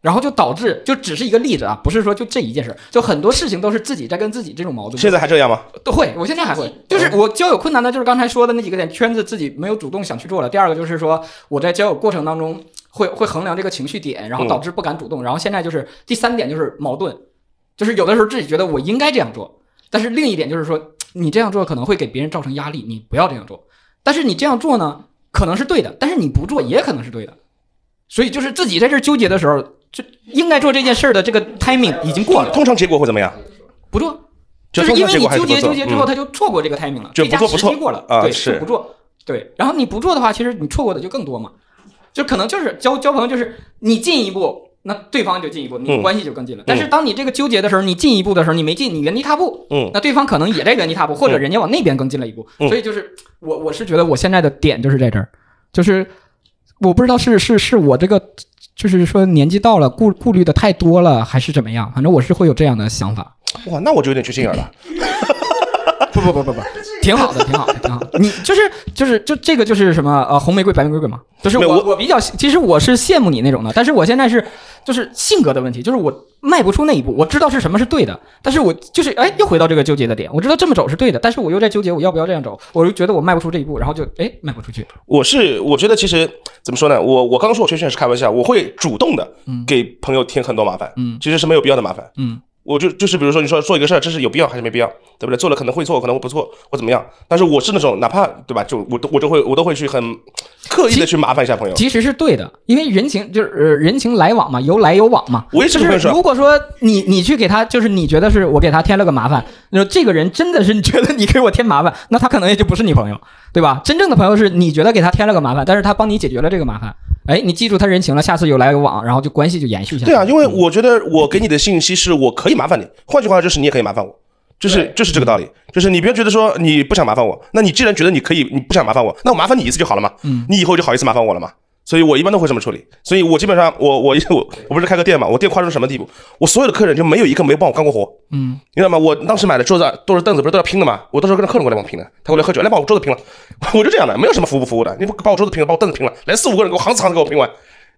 [SPEAKER 2] 然后就导致就只是一个例子啊，不是说就这一件事儿，就很多事情都是自己在跟自己这种矛盾。
[SPEAKER 4] 现在还这样吗？
[SPEAKER 2] 都会，我现在还会。就是我交友困难的，就是刚才说的那几个点，圈子自己没有主动想去做了。第二个就是说，我在交友过程当中会会衡量这个情绪点，然后导致不敢主动。然后现在就是第三点就是矛盾，就是有的时候自己觉得我应该这样做，但是另一点就是说你这样做可能会给别人造成压力，你不要这样做。但是你这样做呢，可能是对的，但是你不做也可能是对的。所以就是自己在这儿纠结的时候，就应该做这件事儿的这个 timing 已经过了，
[SPEAKER 4] 通常结果会怎么样？
[SPEAKER 2] 不做。
[SPEAKER 4] 就
[SPEAKER 2] 就是
[SPEAKER 4] 通
[SPEAKER 2] 因
[SPEAKER 4] 常
[SPEAKER 2] 为
[SPEAKER 4] 结
[SPEAKER 2] 你
[SPEAKER 4] 果还是
[SPEAKER 2] 纠
[SPEAKER 4] 不
[SPEAKER 2] 结
[SPEAKER 4] 错
[SPEAKER 2] 纠结之后，他就错过这个 timing 了，最
[SPEAKER 4] 就不
[SPEAKER 2] 佳
[SPEAKER 4] 做不
[SPEAKER 2] 时机
[SPEAKER 4] 错
[SPEAKER 2] 过了，
[SPEAKER 4] 啊
[SPEAKER 2] 对，
[SPEAKER 4] 是
[SPEAKER 2] 就不做，对。然后你不做的话，其实你错过的就更多嘛，就可能就是交交朋友，就是你进一步，那对方就进一步，你
[SPEAKER 4] 嗯
[SPEAKER 2] 们关系就更近了。但是当你这个纠结的时候，你进一步的时候，你没进，你原地踏步，
[SPEAKER 4] 嗯
[SPEAKER 2] 那对方可能也在原地踏步，或者人家往那边更进了一步。
[SPEAKER 4] 嗯
[SPEAKER 2] 所以就是我我是觉得我现在的点就是在这儿，就是我不知道是是是我这个。就是说年纪到了，顾顾虑的太多了，还是怎么样？反正我是会有这样的想法。
[SPEAKER 4] 嗯，哇，那我就有点缺心眼了。
[SPEAKER 2] 不不不不不，挺好的，挺好的，挺好 *laughs* 的。你就是就是就这个就是什么呃，红玫瑰白玫瑰嘛，就是
[SPEAKER 4] 没有
[SPEAKER 2] 我
[SPEAKER 4] 我
[SPEAKER 2] 我比较其实我是羡慕你那种的，但是我现在是就是性格的问题，就是我迈不出那一步。我知道是什么是对的，但是我就是哎，又回到这个纠结的点，我知道这么走是对的，但是我又在纠结我要不要这样走，我就觉得我迈不出这一步，然后就哎迈不出去。
[SPEAKER 4] 我是我觉得其实怎么说呢？我我刚刚说我缺心眼是开玩笑，我会主动的给朋友添很多麻烦，
[SPEAKER 2] 嗯
[SPEAKER 4] 其实是没有必要的麻烦，
[SPEAKER 2] 嗯。
[SPEAKER 4] 我就就是比如说你说做一个事儿，这是有必要还是没必要，对不对？做了可能会错，可能会不错，或怎么样。但是我是那种哪怕对吧，就我都我都会我都会去很刻意的去麻烦一下朋友。
[SPEAKER 2] 其实是对的，因为人情就是、呃、人情来往嘛，有来有往嘛。
[SPEAKER 4] 我一直
[SPEAKER 2] 就
[SPEAKER 4] 跟你
[SPEAKER 2] 是
[SPEAKER 4] 说
[SPEAKER 2] 如果说你你去给他，就是你觉得是我给他添了个麻烦，那这个人真的是你觉得你给我添麻烦，那他可能也就不是你朋友，对吧？真正的朋友是你觉得给他添了个麻烦，但是他帮你解决了这个麻烦，哎，你记住他人情了，下次有来有往，然后就关系就延续下嗯去。
[SPEAKER 4] 对啊，因为我觉得我给你的信息是我可以麻烦你，换句话就是你也可以麻烦我，就是就是这个
[SPEAKER 2] 嗯
[SPEAKER 4] 道理，就是你别觉得说你不想麻烦我，那你既然觉得你可以，你不想麻烦我，那我麻烦你一次就好了嘛，
[SPEAKER 2] 嗯
[SPEAKER 4] 你以后就好意思麻烦我了嘛。所以我一般都会这么处理，所以我基本上我我我 *laughs* 我不是开个店嘛，我店夸张到什么地步？我所有的客人就没有一个没有帮我干过活，
[SPEAKER 2] 嗯，
[SPEAKER 4] 你知道吗？我当时买的桌子都是凳子，不是都要拼的嘛？我都是跟着客人过来帮我拼的，他过来喝酒，来把我桌子拼了， *laughs* 我就这样的，没有什么服不服务的，你把我桌子拼了，把我凳子拼了，来四五个人给我行字行字给我拼完，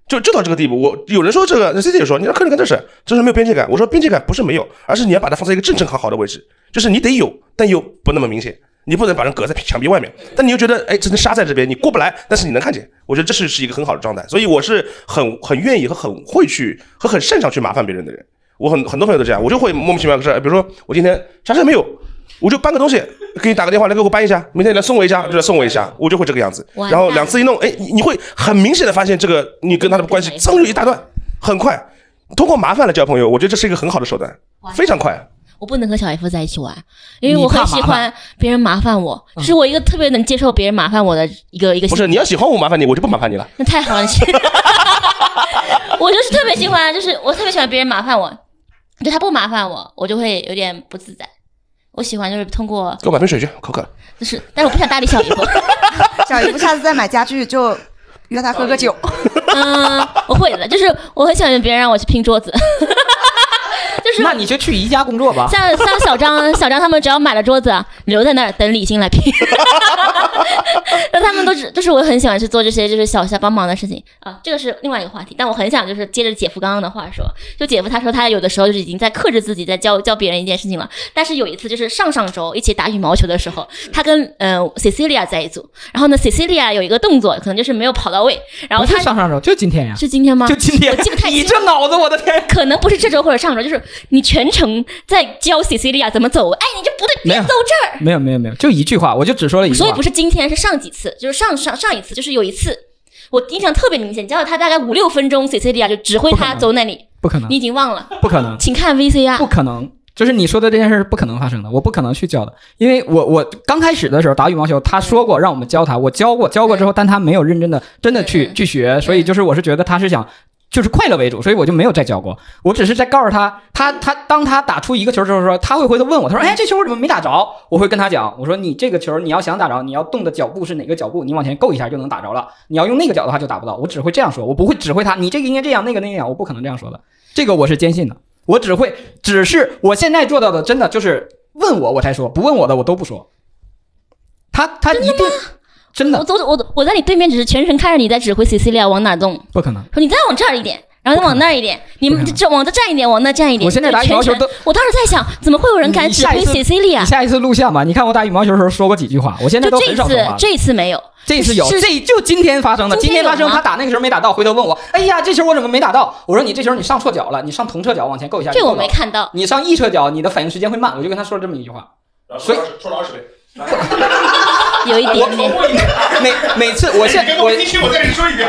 [SPEAKER 4] 就就到这个地步。我有人说这个，C C 也说，你让客人干这事，这是没有边界感。我说边界感不是没有，而是你要把它放在一个正正好好的位置，就是你得有，但又不那么明显。你不能把人隔在墙壁外面，但你又觉得，哎，这人杀在这边，你过不来，但是你能看见，我觉得这是是一个很好的状态，所以我是很很愿意和很会去和很擅长去麻烦别人的人。我很很多朋友都这样，我就会莫名其妙的事，哎比如说我今天啥事也没有，我就搬个东西，给你打个电话来给我搬一下，明天你来送我一下，就来送我一下，我就会这个样子
[SPEAKER 3] 完。
[SPEAKER 4] 然后
[SPEAKER 3] 蛋
[SPEAKER 4] 两次一弄，哎，你你会很明显的发现这个你跟他的关系蹭就一大段，很快。通过麻烦来交朋友，我觉得这是一个很好的手段，非常快。
[SPEAKER 3] 我不能和小 F 在一起玩，因为
[SPEAKER 2] 你
[SPEAKER 3] 我
[SPEAKER 2] 怕
[SPEAKER 3] 很喜
[SPEAKER 2] 麻嗯
[SPEAKER 3] 欢别人麻烦我，是我一个特别能接受别人麻烦我的一个一个
[SPEAKER 4] 不
[SPEAKER 3] 性
[SPEAKER 4] 是你要喜欢我麻烦你，我就不麻烦你了。
[SPEAKER 3] 那太好
[SPEAKER 2] *laughs*
[SPEAKER 3] 了，你 *laughs* 我就是特别喜欢，就是我特别喜欢别人麻烦我，就他不麻烦我，我就会有点不自在。我喜欢就是通过，
[SPEAKER 4] 给我买瓶水去，口渴了。
[SPEAKER 3] 就是，但是我不想搭理小姨夫。
[SPEAKER 2] *laughs*
[SPEAKER 1] 小姨夫下次再买家具就约他喝个酒。
[SPEAKER 3] 嗯，我会的，就是我很喜欢别人让我去拼桌子，就是啊
[SPEAKER 2] 那你就去宜家工作吧。
[SPEAKER 3] 像像小张、小张他们只要买了桌子，留在那儿等李欣来拼。 *laughs* 那他们都只就是我很喜欢去做这些就是小小帮忙的事情啊，这个是另外一个话题。但我很想就是接着姐夫刚刚的话说，就姐夫他说他有的时候就是已经在克制自己在教教别人一件事情了。但是有一次就是上上周一起打羽毛球的时候，他跟呃 Cecilia 在一组，然后呢 Cecilia 有一个动作可能就是没有跑到位，然后
[SPEAKER 2] 不
[SPEAKER 3] 他
[SPEAKER 2] 是上上周，就今天呀，
[SPEAKER 3] 是今天吗？
[SPEAKER 2] 就今天
[SPEAKER 3] 我记不。太清
[SPEAKER 2] 你这脑子，我的天！
[SPEAKER 3] 可能不是这周或者上周，就是你全程在教 Cecilia 怎么走。哎，你这不对，
[SPEAKER 2] 没
[SPEAKER 3] 别
[SPEAKER 2] 有
[SPEAKER 3] 走这儿。
[SPEAKER 2] 没有没有没有，就一句话，我就只说了一句话。
[SPEAKER 3] 所以不是今天，是上几次，就是上上上一次，就是有一次，我印象特别明显，教了他大概五六分钟，Cecilia 就指挥
[SPEAKER 2] 不可
[SPEAKER 3] 他
[SPEAKER 2] 能
[SPEAKER 3] 走哪里，
[SPEAKER 2] 不可能
[SPEAKER 3] 你，已经忘了，
[SPEAKER 2] 不可能，
[SPEAKER 3] 请看
[SPEAKER 2] 不
[SPEAKER 3] VCR。
[SPEAKER 2] 可能。就是你说的这件事是不可能发生的，我不可能去教的，因为我我刚开始的时候打羽毛球，他说过让我们教他，我教过教过之后，但他没有认真的真的去
[SPEAKER 3] 嗯嗯
[SPEAKER 2] 去学，所以就是我是觉得他是想就是快乐为主，所以我就没有再教过，我只是在告诉他，他他当他打出一个球之后说，他会回头问我，他说哎这球我怎么没打着？我会跟他讲，我说你这个球你要想打着，你要动的脚步是哪个脚步，你往前够一下就能打着了，你要用那个脚的话就打不到，我只会这样说，我不会指挥他，你这个应该这样，那个那样，我不可能这样说的，这个我是坚信的。我只会，只是我现在做到的，真的就是问我我才说，不问我的我都不说。他他一定真
[SPEAKER 3] 我
[SPEAKER 2] 的
[SPEAKER 3] 走我我在你对面，只是全程看着你在指挥 Cecilia 往哪动，
[SPEAKER 2] 不可能。
[SPEAKER 3] 说你再往这儿一点。然后再往那儿一点，你
[SPEAKER 2] 不
[SPEAKER 3] 们
[SPEAKER 2] 可能
[SPEAKER 3] 这往这站一点，往那站一点。
[SPEAKER 2] 我现在
[SPEAKER 3] 就
[SPEAKER 2] 打羽毛球
[SPEAKER 3] 全程
[SPEAKER 2] 都
[SPEAKER 3] 我当时在想，怎么会有人敢
[SPEAKER 2] 你
[SPEAKER 3] 指
[SPEAKER 2] 下
[SPEAKER 3] 挥
[SPEAKER 2] 一次
[SPEAKER 3] Cecilia？
[SPEAKER 2] 你下一次录像吧，你看我打羽毛球的时候说过几句话，我现在
[SPEAKER 3] 就
[SPEAKER 2] 都
[SPEAKER 3] 这
[SPEAKER 2] 很
[SPEAKER 3] 一
[SPEAKER 2] 少说
[SPEAKER 3] 次
[SPEAKER 2] 话，了。
[SPEAKER 3] 这一次没有。
[SPEAKER 2] 这一次有，
[SPEAKER 3] 是
[SPEAKER 2] 这就今天发生的。
[SPEAKER 3] 今
[SPEAKER 2] 今
[SPEAKER 3] 天
[SPEAKER 2] 天
[SPEAKER 3] 有
[SPEAKER 2] 发
[SPEAKER 3] 吗
[SPEAKER 2] 生，他打那个球没打到，回头问我，哎呀，这球我怎么没打到？我说你这球你上错脚了，你上同侧脚往前够一下。
[SPEAKER 3] 这我
[SPEAKER 2] 你够
[SPEAKER 3] 没
[SPEAKER 2] 了。*laughs*
[SPEAKER 3] 看到。
[SPEAKER 2] 你上一侧脚，你的反应时间会慢。我就跟他说了这么一句话。
[SPEAKER 4] 说说了二十遍，
[SPEAKER 3] 有一点
[SPEAKER 4] *laughs*
[SPEAKER 3] 点。
[SPEAKER 2] 每每次我现我
[SPEAKER 4] 去，我再跟你说一遍。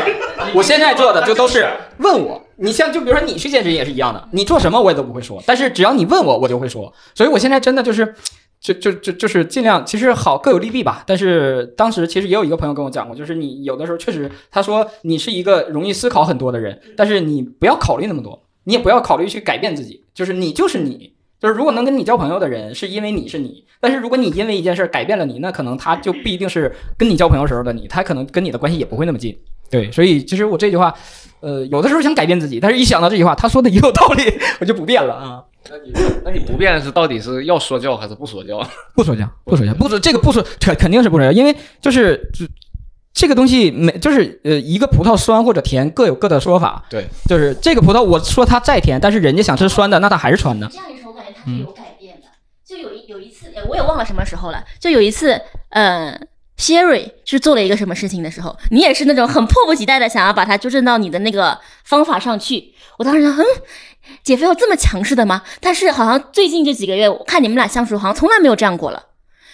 [SPEAKER 2] 我现在做的就都是问我，你像就比如说你去健身也是一样的，你做什么我也都不会说，但是只要你问我，我就会说。所以我现在真的就是，就就就就是尽量，其实好各有利弊吧。但是当时其实也有一个朋友跟我讲过，就是你有的时候确实，他说你是一个容易思考很多的人，但是你不要考虑那么多，你也不要考虑去改变自己，就是你就是你。就是如果能跟你交朋友的人，是因为你是你；但是如果你因为一件事儿改变了你，那可能他就不一定是跟你交朋友时候的你，他可能跟你的关系也不会那么近。对，所以其实我这句话，呃，有的时候想改变自己，但是一想到这句话，他说的也有道理，我就不变了啊。
[SPEAKER 5] 那你不变的是到底是要说教还是不说教？ *laughs*
[SPEAKER 2] 不说教，不说教，不说这个不说，肯肯定是不说教，因为就是就这个东西没就是呃，一个葡萄酸或者甜各有各的说法。
[SPEAKER 5] 对，
[SPEAKER 2] 就是这个葡萄，我说它再甜，但是人家想吃酸的，那它还是酸的。
[SPEAKER 3] 这样一说，我感觉他是有改变的。就有一有一次，呃我也忘了什么时候了。就有一次，呃，Sherry 是做了一个什么事情的时候，你也是那种很迫不及待的想要把它纠正到你的那个方法上去。我当时想，嗯，姐夫有这么强势的吗？但是好像最近这几个月，我看你们俩相处，好像从来没有这样过了。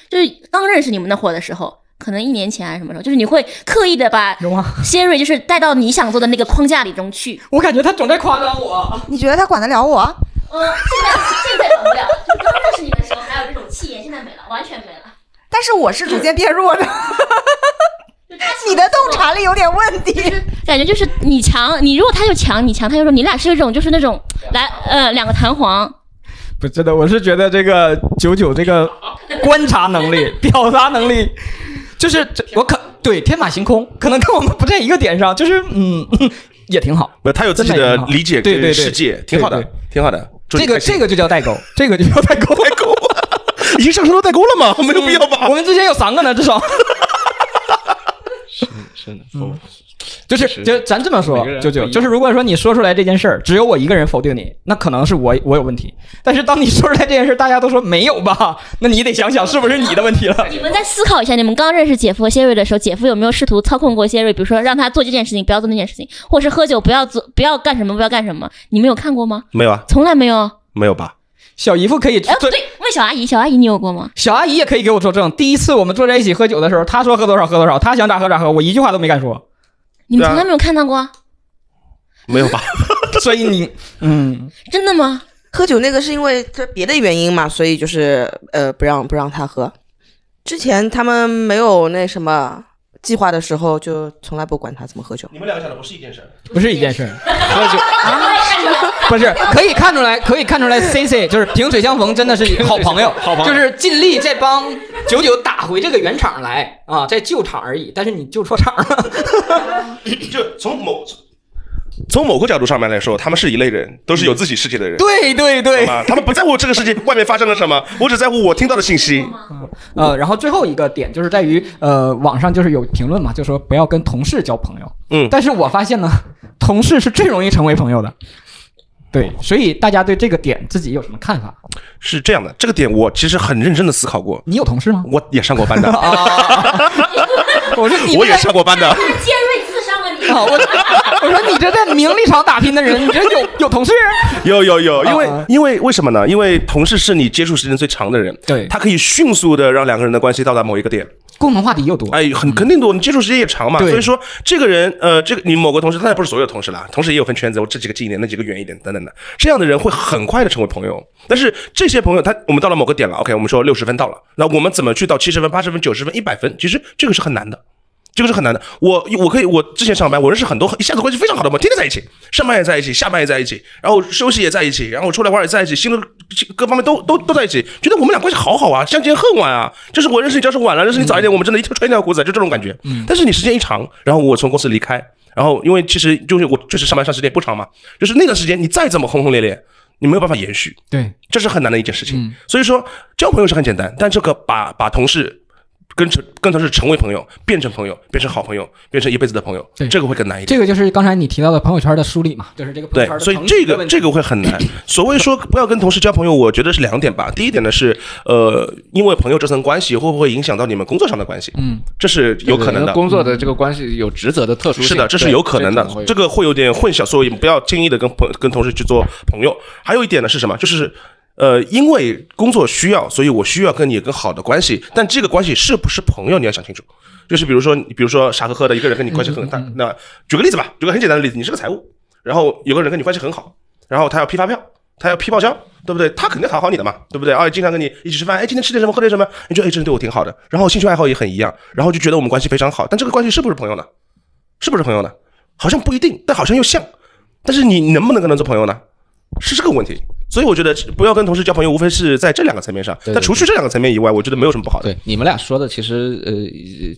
[SPEAKER 3] 就是刚认识你们那会儿的时候，可能一年前还是什么时候，就是你会刻意的把
[SPEAKER 2] 有吗？
[SPEAKER 3] Sherry 就是带到你想做的那个框架里中去。
[SPEAKER 2] 我感觉他总在夸张我。
[SPEAKER 1] 你觉得他管得了我？
[SPEAKER 3] 嗯，现在现在管不了，就刚认识你的时候还有这种气焰，现在没了，完全没了。
[SPEAKER 1] 但是我是逐渐变弱的，
[SPEAKER 3] 就他是
[SPEAKER 1] 你的洞察力有点问题。
[SPEAKER 5] *laughs*
[SPEAKER 3] 感觉就是你强，你如果他又强，你强他又弱，你俩是有一种就是那种来呃两个弹簧，
[SPEAKER 2] 不，真的，我是觉得这个九九这个观察能力、表达能力，就是这我可对天马行空，可能跟我们不在一个点上，就是嗯， *laughs* 也挺好。
[SPEAKER 4] 不，他有自己的理解
[SPEAKER 2] 对对对
[SPEAKER 4] 跟世界，挺好的
[SPEAKER 2] 对，
[SPEAKER 4] 挺好的。祝你
[SPEAKER 2] 这个
[SPEAKER 4] 开心
[SPEAKER 2] 这个就叫代沟，这个就叫代沟。嗯
[SPEAKER 4] 代沟， *laughs* 已经上升到代沟了吗？没有必要吧
[SPEAKER 2] 我？们之前有三个呢，至少。
[SPEAKER 5] 是是的，我
[SPEAKER 2] 嗯就是就咱这么
[SPEAKER 5] 每
[SPEAKER 2] 说
[SPEAKER 5] 个人，
[SPEAKER 2] 九
[SPEAKER 5] 不一
[SPEAKER 2] 九，
[SPEAKER 5] 样
[SPEAKER 2] 就是如果说你说出来这件事儿，只有我一个人否定你，那可能是我我有问题。但是当你说出来这件事儿，大家都说没有吧，那你得想想是不是你的问题了。
[SPEAKER 3] 你们再思考一下，你们刚认识姐夫和谢瑞的时候，姐夫有没有试图操控过谢瑞？比如说让他做这件事情，不要做那件事情，或是喝酒不要做，不要干什么，不要干什么？你们有看过吗？
[SPEAKER 4] 没有啊，
[SPEAKER 3] 从来没有。
[SPEAKER 4] 没有吧？
[SPEAKER 2] 小姨夫可以
[SPEAKER 3] 哎，不
[SPEAKER 2] 做，
[SPEAKER 3] 对，问小阿姨，小阿姨你有过吗？
[SPEAKER 2] 小阿姨也可以给我作证。第一次我们坐在一起喝酒的时候，她说喝多少喝多少，她想咋喝咋喝，我一句话都没敢说。
[SPEAKER 3] 你们
[SPEAKER 4] 对啊
[SPEAKER 3] 从来没有看到过？
[SPEAKER 4] 没有吧？
[SPEAKER 2] *laughs* 所以你，嗯，
[SPEAKER 3] 真的吗？
[SPEAKER 6] 喝酒那个是因为这别的原因嘛，所以就是呃不让不让他喝。之前他们没有那什么计划的时候，就从来不管他怎么喝酒。
[SPEAKER 4] *laughs* 你们两个讲的不是一件事儿。
[SPEAKER 2] 不是一件事
[SPEAKER 3] *laughs*
[SPEAKER 2] 儿。喝酒不是可以看出来，可以看出来，C C 就是萍水相逢，真的是 *laughs* 好朋友，
[SPEAKER 5] 好朋友
[SPEAKER 2] 就是尽力在帮九九打回这个原场来啊，在救场而已。但是你救错场了，
[SPEAKER 4] 就从某从某个角度上面来说，他们是一类人，都是有自己世界的人。
[SPEAKER 2] 对对对
[SPEAKER 4] 懂，吗？他们不在乎这个 *laughs* 世界外面发生了什么，我只在乎我听到的信息。
[SPEAKER 2] 呃，然后最后一个点就是在于，呃，网上就是有评论嘛，就说不要跟同事交朋友。
[SPEAKER 4] 嗯
[SPEAKER 2] 但是我发现呢， *laughs* 同事是最容易成为朋友的。
[SPEAKER 4] 哦
[SPEAKER 2] 对，所以大家对这个点自己有什么看法？
[SPEAKER 4] 是这样的，这个点我其实很认真的思考过，
[SPEAKER 2] 你有同事吗？
[SPEAKER 4] 我也上
[SPEAKER 2] *laughs*
[SPEAKER 4] 过班的，
[SPEAKER 2] 我说哦你
[SPEAKER 4] 我也
[SPEAKER 2] 是
[SPEAKER 4] 上过班的，
[SPEAKER 3] 尖锐刺伤了
[SPEAKER 2] *laughs*
[SPEAKER 3] 你
[SPEAKER 2] 啊，我我说 *laughs* 你这在名利场打拼的人，你这有 *laughs* 有同事？
[SPEAKER 4] 有有有，因为
[SPEAKER 2] 啊啊
[SPEAKER 4] 因为为什么呢？因为同事是你接触时间最长的人，
[SPEAKER 2] 对
[SPEAKER 4] 他可以迅速的让两个人的关系到达某一个点，
[SPEAKER 2] 共同话题又多，
[SPEAKER 4] 哎，很肯定的，你接触时间也长嘛，
[SPEAKER 2] 嗯对
[SPEAKER 4] 所以说这个人，呃，这个你某个同事，当然不是所有同事啦，同事也有分圈子，我这几个近一点，那几个远一点，等等的，这样的人会很快的成为朋友。
[SPEAKER 2] 嗯
[SPEAKER 4] 但是这些朋友，他我们到了某个点了，OK，我们说六十分到了，那我们怎么去到七十分、八十分、九十分、一百分？其实这个是很难的。这个是很难的。我我可以，我之前上班，我认识很多一下子关系非常好的朋友，天天在一起，上班也在一起，下班也在一起，然后休息也在一起，然后出来玩也在一起，心里各方面都都都在一起，觉得我们俩关系好好啊，相见恨晚啊。就是我认识你要是晚了，认识你早一点，我们真的一条穿一条裤子，就这种感觉。但是你时间一长，然后我从公司离开，然后因为其实就是我确实上班上时间也不长嘛，就是那段时间你再怎么轰轰烈烈，你没有办法延续。
[SPEAKER 2] 对，
[SPEAKER 4] 这是很难的一件事情。
[SPEAKER 2] 嗯
[SPEAKER 4] 所以说交朋友是很简单，但这个把把同事跟成跟同事成为朋友，变成朋友，变成好朋友，变成一辈子的朋友
[SPEAKER 2] 对，
[SPEAKER 4] 这个会更难一点。
[SPEAKER 2] 这个就是刚才你提到的朋友圈的梳理嘛，就是这个朋友
[SPEAKER 4] 对
[SPEAKER 2] 圈，的
[SPEAKER 4] 所以
[SPEAKER 2] 层级
[SPEAKER 4] 这
[SPEAKER 2] 的
[SPEAKER 4] 个
[SPEAKER 2] 问题
[SPEAKER 4] 这个会很
[SPEAKER 2] *laughs*
[SPEAKER 4] 难。所谓说不要跟同事交朋友，我觉得是两点吧。第一点呢是，呃，因为朋友这层关系会不会影响到你们工作上的关系？
[SPEAKER 2] 嗯，
[SPEAKER 4] 这是有可能的。
[SPEAKER 5] 工作的这个关系有职责的特殊性，
[SPEAKER 4] 是的，这是
[SPEAKER 5] 对
[SPEAKER 4] 有可能的
[SPEAKER 5] 会，有
[SPEAKER 4] 这个会有点混淆，所以不要轻易的跟朋跟同事去做朋友。还有一点呢是什么？就是呃，因为工作需要，所以我需要跟你有更好的关系，但这个关系是不是朋友，你要想清楚。就是比如说，比如说傻呵呵的一个人跟你关系
[SPEAKER 5] 嗯
[SPEAKER 4] 很大，那举个例子吧，举个很简单的例子，你是个财务，然后有个人跟你关系很好，然后他要批发票，他要批报销，对不对？他肯定讨好你的嘛，对不对？啊，经常跟你一起吃饭，哎，今天吃点什么，喝点什么，你觉得哎，这人对我挺好的，然后兴趣爱好也很一样，然后就觉得我们关系非常好，但这个关系是不是朋友呢？是不是朋友呢？好像不一定，但好像又像。但是你能不能跟他做朋友呢？是这个问题。所以我觉得不要跟同事交朋友，无非是在这两个层面上。
[SPEAKER 5] 对对
[SPEAKER 4] 但除去这两个层面以外，我觉得没有什么不好的。
[SPEAKER 5] 对你们俩说的，其实呃，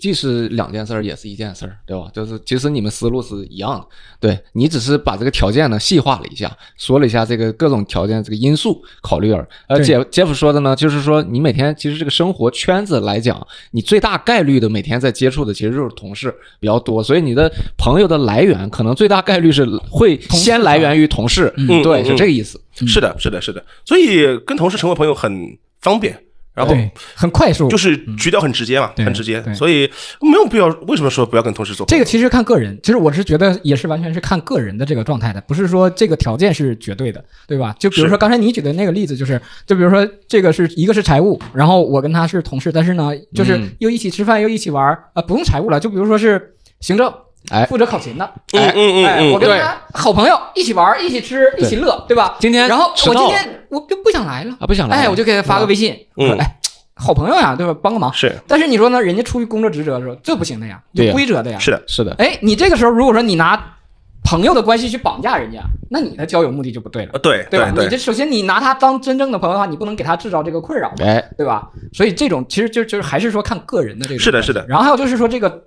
[SPEAKER 5] 既是两件事儿，也是一件事儿，对吧？就是其实你们思路是一样的，对你只是把这个条件呢细化了一下，说了一下这个各种条件这个因素考虑而。而
[SPEAKER 2] 对
[SPEAKER 5] 杰杰夫说的呢，就是说你每天其实这个生活圈子来讲，你最大概率的每天在接触的其实就是同事比较多，所以你的朋友的来源可能最大概率是会
[SPEAKER 2] 事
[SPEAKER 5] 先来源于同事，
[SPEAKER 4] 嗯
[SPEAKER 5] 对，
[SPEAKER 4] 嗯
[SPEAKER 5] 是这个意思。
[SPEAKER 4] 是的，是的，是的。所以跟同事成为朋友很方便，然后
[SPEAKER 2] 对很快速，
[SPEAKER 4] 就是渠道很直接嘛，
[SPEAKER 2] 对
[SPEAKER 4] 很直接
[SPEAKER 2] 对。
[SPEAKER 4] 所以没有必要。为什么说不要跟同事做朋
[SPEAKER 2] 这个
[SPEAKER 4] 友？
[SPEAKER 2] 其实看个人，其实我是觉得也是完全是看个人的这个状态的，不是说这个条件是绝对的，对吧？就比如说
[SPEAKER 4] 是
[SPEAKER 2] 刚才你举的那个例子，就是就比如说这个是一个是财务，然后我跟他是同事，但是呢，就是
[SPEAKER 5] 嗯
[SPEAKER 2] 又一起吃饭又一起玩儿啊、不用财务了，就比如说是行政。
[SPEAKER 5] 哎
[SPEAKER 2] 负责考勤的，
[SPEAKER 4] 嗯
[SPEAKER 2] 哎
[SPEAKER 4] 嗯嗯
[SPEAKER 2] 哎
[SPEAKER 4] 嗯
[SPEAKER 2] 我跟
[SPEAKER 5] 对
[SPEAKER 2] 他好朋友一起玩儿，一起吃，一起乐，对吧？
[SPEAKER 5] 今天
[SPEAKER 2] 然后
[SPEAKER 5] 迟
[SPEAKER 2] 我今
[SPEAKER 5] 到了
[SPEAKER 2] 天我就不想来了，
[SPEAKER 5] 啊，不想来了，
[SPEAKER 2] 哎，我就给他发个微信，我说
[SPEAKER 4] 嗯
[SPEAKER 2] 哎，好朋友呀，对吧？帮个忙。
[SPEAKER 4] 是
[SPEAKER 2] 但是你说呢？人家出于工作职责说这不行的呀，
[SPEAKER 5] 对呀
[SPEAKER 2] 有规则的呀。
[SPEAKER 4] 是的，
[SPEAKER 5] 是的，
[SPEAKER 2] 哎，你这个时候如果说你拿朋友的关系去绑架人家，那你的交友目的就不对了
[SPEAKER 4] 呃，，对
[SPEAKER 2] 对吧？你
[SPEAKER 4] 对
[SPEAKER 2] 这首先你拿他当真正的朋友的话，你不能给他制造这个困扰嘛，
[SPEAKER 5] 哎。
[SPEAKER 2] 对吧？所以这种其实就就是还是说看个人的这个
[SPEAKER 4] 是的是的
[SPEAKER 2] 然后还有就是说这个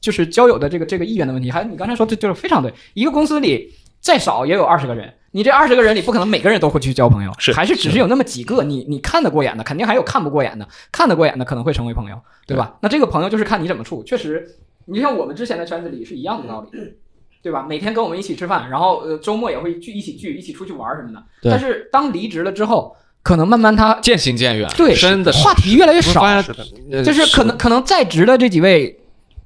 [SPEAKER 2] 就是交友的这个这个意愿的问题，还有你刚才说这就是非常对，一个公司里再少也有二十个人。你这二十个人里，不可能每个人都会去交朋友，
[SPEAKER 4] 是
[SPEAKER 2] 还是只是有那么几个你你看得过眼的，肯定还有看不过眼的，看得过眼的可能会成为朋友，对吧？那这个朋友就是看你怎么处，确实你像我们之前的圈子里是一样的道
[SPEAKER 4] 嗯
[SPEAKER 2] 理，对吧？每天跟我们一起吃饭，然后呃周末也会聚一起聚，一起出去玩儿什么的。
[SPEAKER 7] 对
[SPEAKER 2] 但是当离职了之后，可能慢慢他
[SPEAKER 8] 渐行渐远，
[SPEAKER 2] 对
[SPEAKER 8] 真的是
[SPEAKER 2] 话题越来越
[SPEAKER 5] 我
[SPEAKER 2] 少，
[SPEAKER 5] 发
[SPEAKER 4] 是
[SPEAKER 5] 现
[SPEAKER 4] 的，
[SPEAKER 5] 呃
[SPEAKER 2] 就是可能可能在职的这几位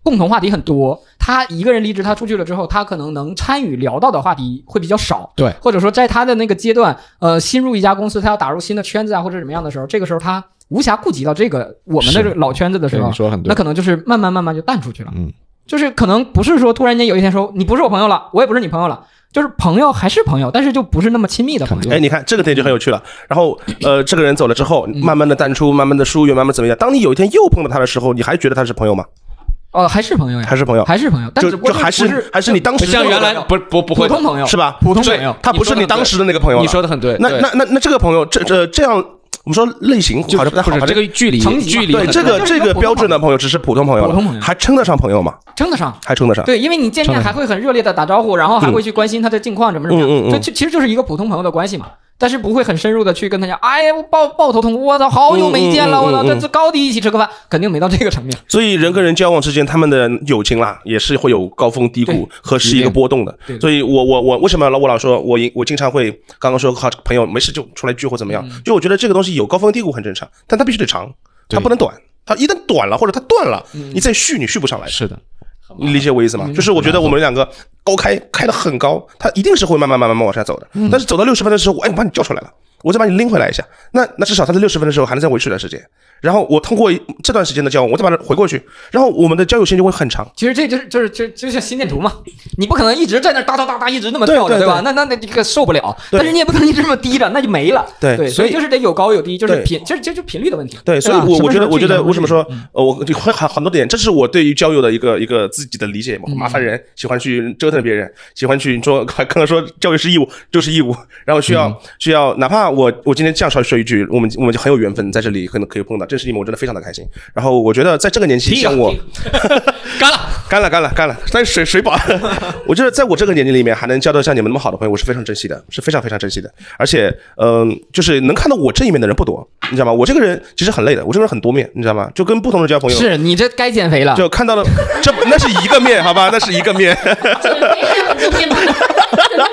[SPEAKER 2] 共同话题很多，他一个人离职，他出去了之后，他可能能参与聊到的话题会比较少。
[SPEAKER 5] 对，
[SPEAKER 2] 或者说在他的那个阶段，呃，新入一家公司，他要打入新的圈子啊，或者怎么样的时候，这个时候他无暇顾及到这个我们的
[SPEAKER 5] 是
[SPEAKER 2] 这个老圈子的时
[SPEAKER 5] 对
[SPEAKER 2] 候
[SPEAKER 5] 你，说得很
[SPEAKER 2] 那
[SPEAKER 5] 对，
[SPEAKER 2] 可能就是慢慢慢慢就淡出去了。
[SPEAKER 5] 嗯，
[SPEAKER 2] 就是可能不是说突然间有一天说你不是我朋友了，我也不是你朋友了，就是朋友还是朋友，但是就不是那么亲密的朋友。
[SPEAKER 4] 哎，你看这个点就很有趣了。然后，呃，这个人走了之后，
[SPEAKER 2] 嗯
[SPEAKER 4] 慢慢的淡出，慢慢的疏远，慢慢地怎么样？当你有一天又碰到他的时候，你还觉得他是朋友吗？
[SPEAKER 2] 哦、还是朋友呀，
[SPEAKER 4] 还是朋友？
[SPEAKER 2] 还是朋友，但
[SPEAKER 4] 就
[SPEAKER 2] 只不
[SPEAKER 4] 就
[SPEAKER 2] 过
[SPEAKER 4] 还
[SPEAKER 2] 不
[SPEAKER 4] 是还是你当
[SPEAKER 5] 不
[SPEAKER 4] 时
[SPEAKER 5] 像
[SPEAKER 4] 的
[SPEAKER 5] 原
[SPEAKER 4] 那
[SPEAKER 5] 来
[SPEAKER 4] 个
[SPEAKER 5] 不不不
[SPEAKER 2] 普
[SPEAKER 5] 会的
[SPEAKER 2] 通朋友
[SPEAKER 4] 是吧？
[SPEAKER 2] 普通
[SPEAKER 4] 所以
[SPEAKER 2] 朋友，
[SPEAKER 4] 他不是你当时的那个朋友了。
[SPEAKER 5] 你说的很对，
[SPEAKER 4] 那
[SPEAKER 5] 对
[SPEAKER 4] 那那那这个朋友，这这这样，我们说类型
[SPEAKER 5] 就
[SPEAKER 4] 好像不太好
[SPEAKER 5] 不
[SPEAKER 4] 吧？
[SPEAKER 5] 是这个距离
[SPEAKER 2] 成级嘛
[SPEAKER 5] 距离
[SPEAKER 4] 对
[SPEAKER 5] 很
[SPEAKER 4] 这个
[SPEAKER 2] 就是
[SPEAKER 4] 这
[SPEAKER 2] 一个普
[SPEAKER 4] 个
[SPEAKER 2] 通
[SPEAKER 4] 标准
[SPEAKER 2] 朋
[SPEAKER 4] 的朋友只是普通朋友
[SPEAKER 2] 普通朋友
[SPEAKER 4] 了，还称得上朋友吗？
[SPEAKER 2] 称得上。
[SPEAKER 4] 还啊称得上？嗯
[SPEAKER 2] 对，因为你见面还会很热烈的打招呼，然后还会去关心他的近况怎么怎么
[SPEAKER 4] 嗯嗯嗯
[SPEAKER 2] 样，就其其实就是一个普通朋友的关系嘛。但是不会很深入的去跟他讲，哎呀，我抱抱头痛哭，我操，好久没见了，
[SPEAKER 4] 嗯嗯嗯
[SPEAKER 2] 我操，
[SPEAKER 4] 嗯
[SPEAKER 2] 这
[SPEAKER 4] 嗯
[SPEAKER 2] 这高低一起吃个饭，肯定没到这个层面。
[SPEAKER 4] 所以人跟人交往之间，他们的友情啦，也是会有高峰低谷和是一个波动的
[SPEAKER 2] 对。的
[SPEAKER 4] 所以我我我为什么老我老说我我经常会刚刚说好朋友没事就出来聚或怎么样？
[SPEAKER 2] 嗯
[SPEAKER 4] 就我觉得这个东西有高峰低谷很正常，但它必须得长，它
[SPEAKER 5] 对
[SPEAKER 4] 不能短。它一旦短了或者它断了，
[SPEAKER 2] 嗯
[SPEAKER 4] 你再续你续不上来的。
[SPEAKER 5] 是的，
[SPEAKER 4] 你理解我意思吗？就是我觉得我们两个高开开的很高，它一定是会慢慢慢慢慢往下走的。但是走到六十分的时候，我哎，我把你叫出来了，我再把你拎回来一下。那那至少他在六十分的时候还能再维持一段时间。然后我通过这段时间的交往，我再把它回过去，然后我们的交友时间就会很长。
[SPEAKER 2] 其实这就是就是就就像心电图嘛，你不可能一直在那儿哒哒哒哒一直那么
[SPEAKER 4] 对
[SPEAKER 2] 跳着，
[SPEAKER 4] 对
[SPEAKER 2] 吧？那那 *laughs* 那这个受不了，
[SPEAKER 4] 对
[SPEAKER 2] 但是你也不可能一直这么低着，那就没了。
[SPEAKER 4] 对
[SPEAKER 2] 对，
[SPEAKER 4] 所以
[SPEAKER 2] 以就是得有高有低，就是
[SPEAKER 4] 对
[SPEAKER 2] 频，这这就频率的问题。
[SPEAKER 4] 对，所以
[SPEAKER 2] 吧
[SPEAKER 4] 我
[SPEAKER 2] 啊什
[SPEAKER 4] 我
[SPEAKER 2] 么
[SPEAKER 4] 觉
[SPEAKER 2] 时
[SPEAKER 4] 得，
[SPEAKER 2] 候
[SPEAKER 4] 我
[SPEAKER 2] 聚
[SPEAKER 4] 觉得
[SPEAKER 2] 什么
[SPEAKER 4] 为什么
[SPEAKER 2] 时候
[SPEAKER 4] 说，呃，我就会很很多点，这是我对于交友的一个一个自己的理解嘛，
[SPEAKER 2] 嗯
[SPEAKER 4] 麻烦人，喜欢去折腾别人，喜欢去你说， *laughs* 刚刚说教育是义务，就是义务，然后
[SPEAKER 2] 嗯
[SPEAKER 4] 需要、需要，哪怕我我今天这样说说一句，我们我们就很有缘分，在这里可能可以碰到，这是你们，我真的非常的开心。然后我觉得在这个年纪，像我
[SPEAKER 2] 干了，
[SPEAKER 4] 干了干了干了，但是水水 *laughs* 饱，我觉得在我这个年纪里面还能交到像你们那么好的朋友，我是非常珍惜的，是非常非常珍惜的。而且，嗯、就是能看到我这一面的人不多，你知道吗？我这个人其实很累的，我这个人很多面，你知道吗？就跟不同人交朋友，
[SPEAKER 2] 是啊你这该减肥了。
[SPEAKER 4] 就看到了，这不那是一个面，好吧，那是一个面。
[SPEAKER 3] 怎么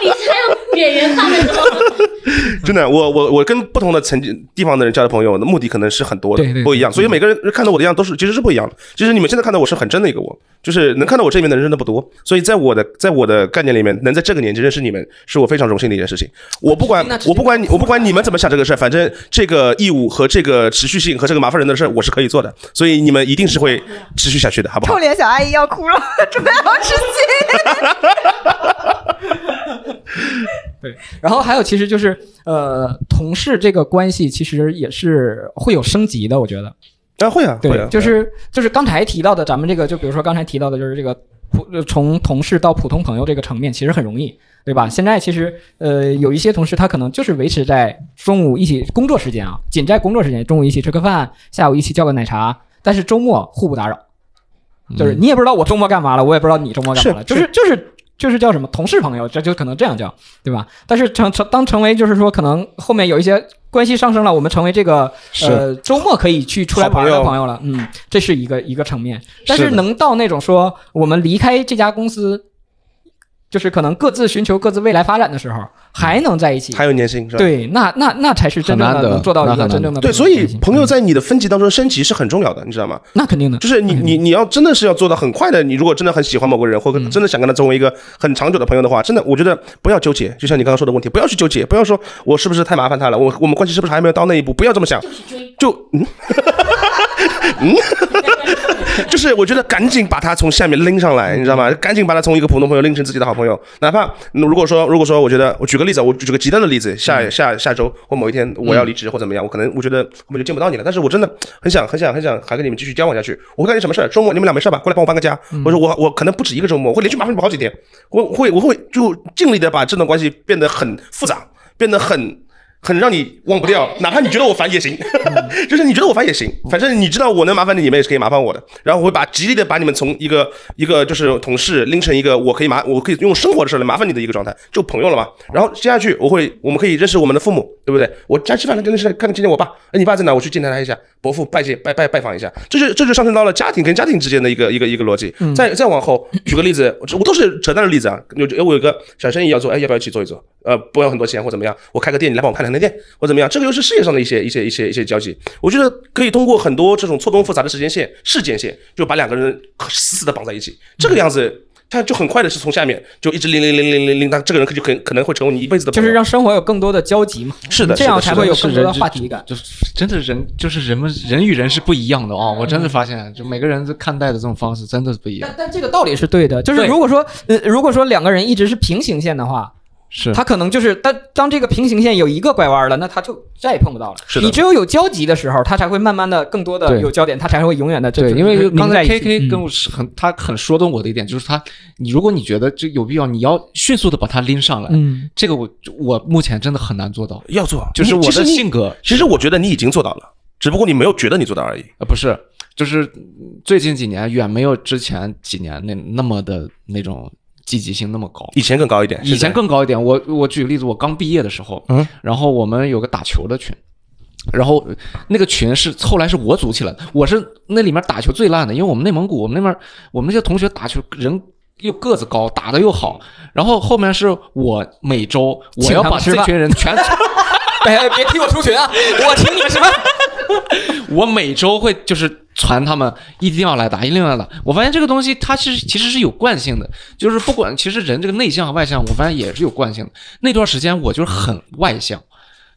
[SPEAKER 3] 离开演员范的时候，
[SPEAKER 4] 真的，我我我跟不同的层级地方的人交的朋友，目的可能是很多的，
[SPEAKER 2] 对对对
[SPEAKER 4] 不一样。所以每个人看到我的样都是其实是不一样的。其实你们现在看到我是很真的一个我，就是能看到我这面的人真的不多。所以在我的在我的概念里面，能在这个年纪认识你们，是我非常荣幸的一件事情。我不管
[SPEAKER 2] 那直接
[SPEAKER 4] 我不管你我不管你们怎么想这个事儿，反正这个义务和这个持续性和这个麻烦人的事儿，我是可以做的。所以你们一定是会持续下去的，好不
[SPEAKER 1] 臭
[SPEAKER 4] 好？
[SPEAKER 1] 脸小阿姨要哭了，准备好吃鸡。
[SPEAKER 2] 然后还有，其实就是呃，同事这个关系其实也是会有升级的，我觉得。
[SPEAKER 4] 啊，会啊，会
[SPEAKER 2] 对
[SPEAKER 4] 啊，，
[SPEAKER 2] 就是就是刚才提到的，咱们这个就比如说刚才提到的，就是这个普呃从同事到普通朋友这个层面，其实很容易，对吧？现在其实呃有一些同事他可能就是维持在中午一起工作时间啊，仅在工作时间，中午一起吃个饭，下午一起叫个奶茶，但是周末互不打扰，就是你也不知道我周末干嘛了，我也不知道你周末干嘛了，
[SPEAKER 4] 嗯是
[SPEAKER 2] 就是就是。就是叫什么同事朋友，这就可能这样叫，对吧？但是成成当成为就是说，可能后面有一些关系上升了，我们成为这个呃周末可以去出来玩
[SPEAKER 4] 好
[SPEAKER 2] 的
[SPEAKER 4] 朋友
[SPEAKER 2] 朋友了，嗯，这是一个一个层面。但
[SPEAKER 5] 是
[SPEAKER 2] 是
[SPEAKER 5] 的
[SPEAKER 2] 能到那种说我们离开这家公司，就是可能各自寻求各自未来发展的时候，还能在一起，
[SPEAKER 4] 还有年薪是吧？
[SPEAKER 2] 对，那那那才是真正
[SPEAKER 5] 很
[SPEAKER 2] 的
[SPEAKER 5] 难得
[SPEAKER 2] 能做到一
[SPEAKER 5] 那
[SPEAKER 2] 个
[SPEAKER 5] 很难得
[SPEAKER 2] 真正的
[SPEAKER 4] 对，所以朋友
[SPEAKER 2] 在
[SPEAKER 4] 在你的分级当中升级是很重要的，你知道吗？
[SPEAKER 2] 那肯定的，
[SPEAKER 4] 就是你你你要真的是要做到很快的，你如果真的很喜欢某个人，或者真的想跟他成为一个很长久的朋友的话，真的我觉得不要纠结。就像你刚刚说的问题，不要去纠结，不要说我是不是太麻烦他了，我我们关系是不是还没有到那一步，不要这么想。就嗯嗯，就是我觉得赶紧把他从下面拎上来，你知道吗？赶紧把他从一个普通朋友拎成自己的好朋友。哪怕嗯如果说如果说我觉得我举个例子啊，我举个极端的例子，下下下周或某一天我要离职或怎么样，我可能我觉得我们就见不到你了，但是我真的很想很想很想还跟你们继续交往下去。我会干点什么事儿？周末你们俩没事吧？过来帮我搬个家。我说我我可能不止一个周末，我会连续麻烦你们好几天。我会我会就尽力的把这段关系变得很复杂，变得很很让你忘不掉，哪怕你觉得我烦也行， *laughs* 就是你觉得我烦也行，反正你知道我能麻烦你，你们也是可以麻烦我的。然后我会把极力的把你们从一个一个就是同事拎成一个我可以麻我可以用生活的事来麻烦你的一个状态，就朋友了嘛。然后接下去我会我们可以认识我们的父母，对不对？我家吃饭了，跟认识看看见见我爸，哎，你爸在哪？我去见他一下，伯父拜见拜拜拜访一下，这就这就上升到了家庭跟家庭之间的一个一个一个逻辑。再再往后，举个例子，我这我都是扯淡的例子啊。有哎我有个小生意要做，哎，要不要一起做一做？呃，不要很多钱或怎么样，我开个店，你来帮我开两天店或怎么样？这个又是事业上的一些一些一些一些交集。我觉得可以通过很多这种错综复杂的时间线、事件线，就把两个人死死的绑在一起，这个样子。他就很快的是从下面就一直零零零零零零，他这个人可就可可能会成为你一辈子的朋
[SPEAKER 2] 就
[SPEAKER 4] 友。
[SPEAKER 2] 是让生活有更多的交集嘛，
[SPEAKER 4] 是的
[SPEAKER 2] 这
[SPEAKER 4] 是
[SPEAKER 2] 样
[SPEAKER 4] 的
[SPEAKER 2] 才会有
[SPEAKER 9] 是
[SPEAKER 2] 更
[SPEAKER 9] 的
[SPEAKER 2] 多的
[SPEAKER 9] 是人
[SPEAKER 2] 话题感。
[SPEAKER 9] 就是真的人，就是人们人与人是不一样的啊、我真的发现，就每个人看待的这种方式真的是不一样
[SPEAKER 2] 但。但这个道理是对的，就是
[SPEAKER 9] 对
[SPEAKER 2] 如果说呃，如果说两个人一直是平行线的话，
[SPEAKER 9] 是
[SPEAKER 2] 他可能就是，但当这个平行线有一个拐弯了，那他就再也碰不到了。
[SPEAKER 4] 是的
[SPEAKER 2] 你只有有交集的时候，他才会慢慢的更多的
[SPEAKER 9] 对
[SPEAKER 2] 有焦点，他才会永远的
[SPEAKER 9] 对，因为刚才 K K 跟
[SPEAKER 2] 我
[SPEAKER 9] 我是很，他很说动我的一点就是他，你如果你觉得这有必要，你要迅速的把他拎上来。
[SPEAKER 2] 嗯，
[SPEAKER 9] 这个我我目前真的很难做到，
[SPEAKER 4] 要做，
[SPEAKER 9] 就是我
[SPEAKER 4] 其实
[SPEAKER 9] 的
[SPEAKER 4] 你
[SPEAKER 9] 性格
[SPEAKER 4] 其实我觉得你已经做到了，只不过你没有觉得你做到而已。
[SPEAKER 9] 呃，不是，就是最近几年远没有之前几年那那么的那种积极性那么高。
[SPEAKER 4] 以前更高一点，
[SPEAKER 9] 以
[SPEAKER 4] 现
[SPEAKER 9] 前
[SPEAKER 4] 在
[SPEAKER 9] 更高一点。我我举个例子，我刚毕业的时候，
[SPEAKER 4] 嗯，
[SPEAKER 9] 然后我们有个打球的群，然后呃那个群是后来是我组起来的，我是那里面打球最烂的，因为我们内蒙古，我们那边我们那些同学打球人。又个子高，打的又好，然后后面是我每周我
[SPEAKER 2] 请
[SPEAKER 9] 要
[SPEAKER 2] 他们
[SPEAKER 9] 把
[SPEAKER 2] 吃
[SPEAKER 9] 这
[SPEAKER 2] 饭
[SPEAKER 9] 群人全
[SPEAKER 2] 哎，别踢我出群啊！我请你们吃饭。
[SPEAKER 9] 我每周会就是传他们一定要来打，一定要来打。我发现这个东西它是其实是有惯性的，就是不管其实人这个内向和外向，我发现也是有惯性的。那段时间我就是很外向，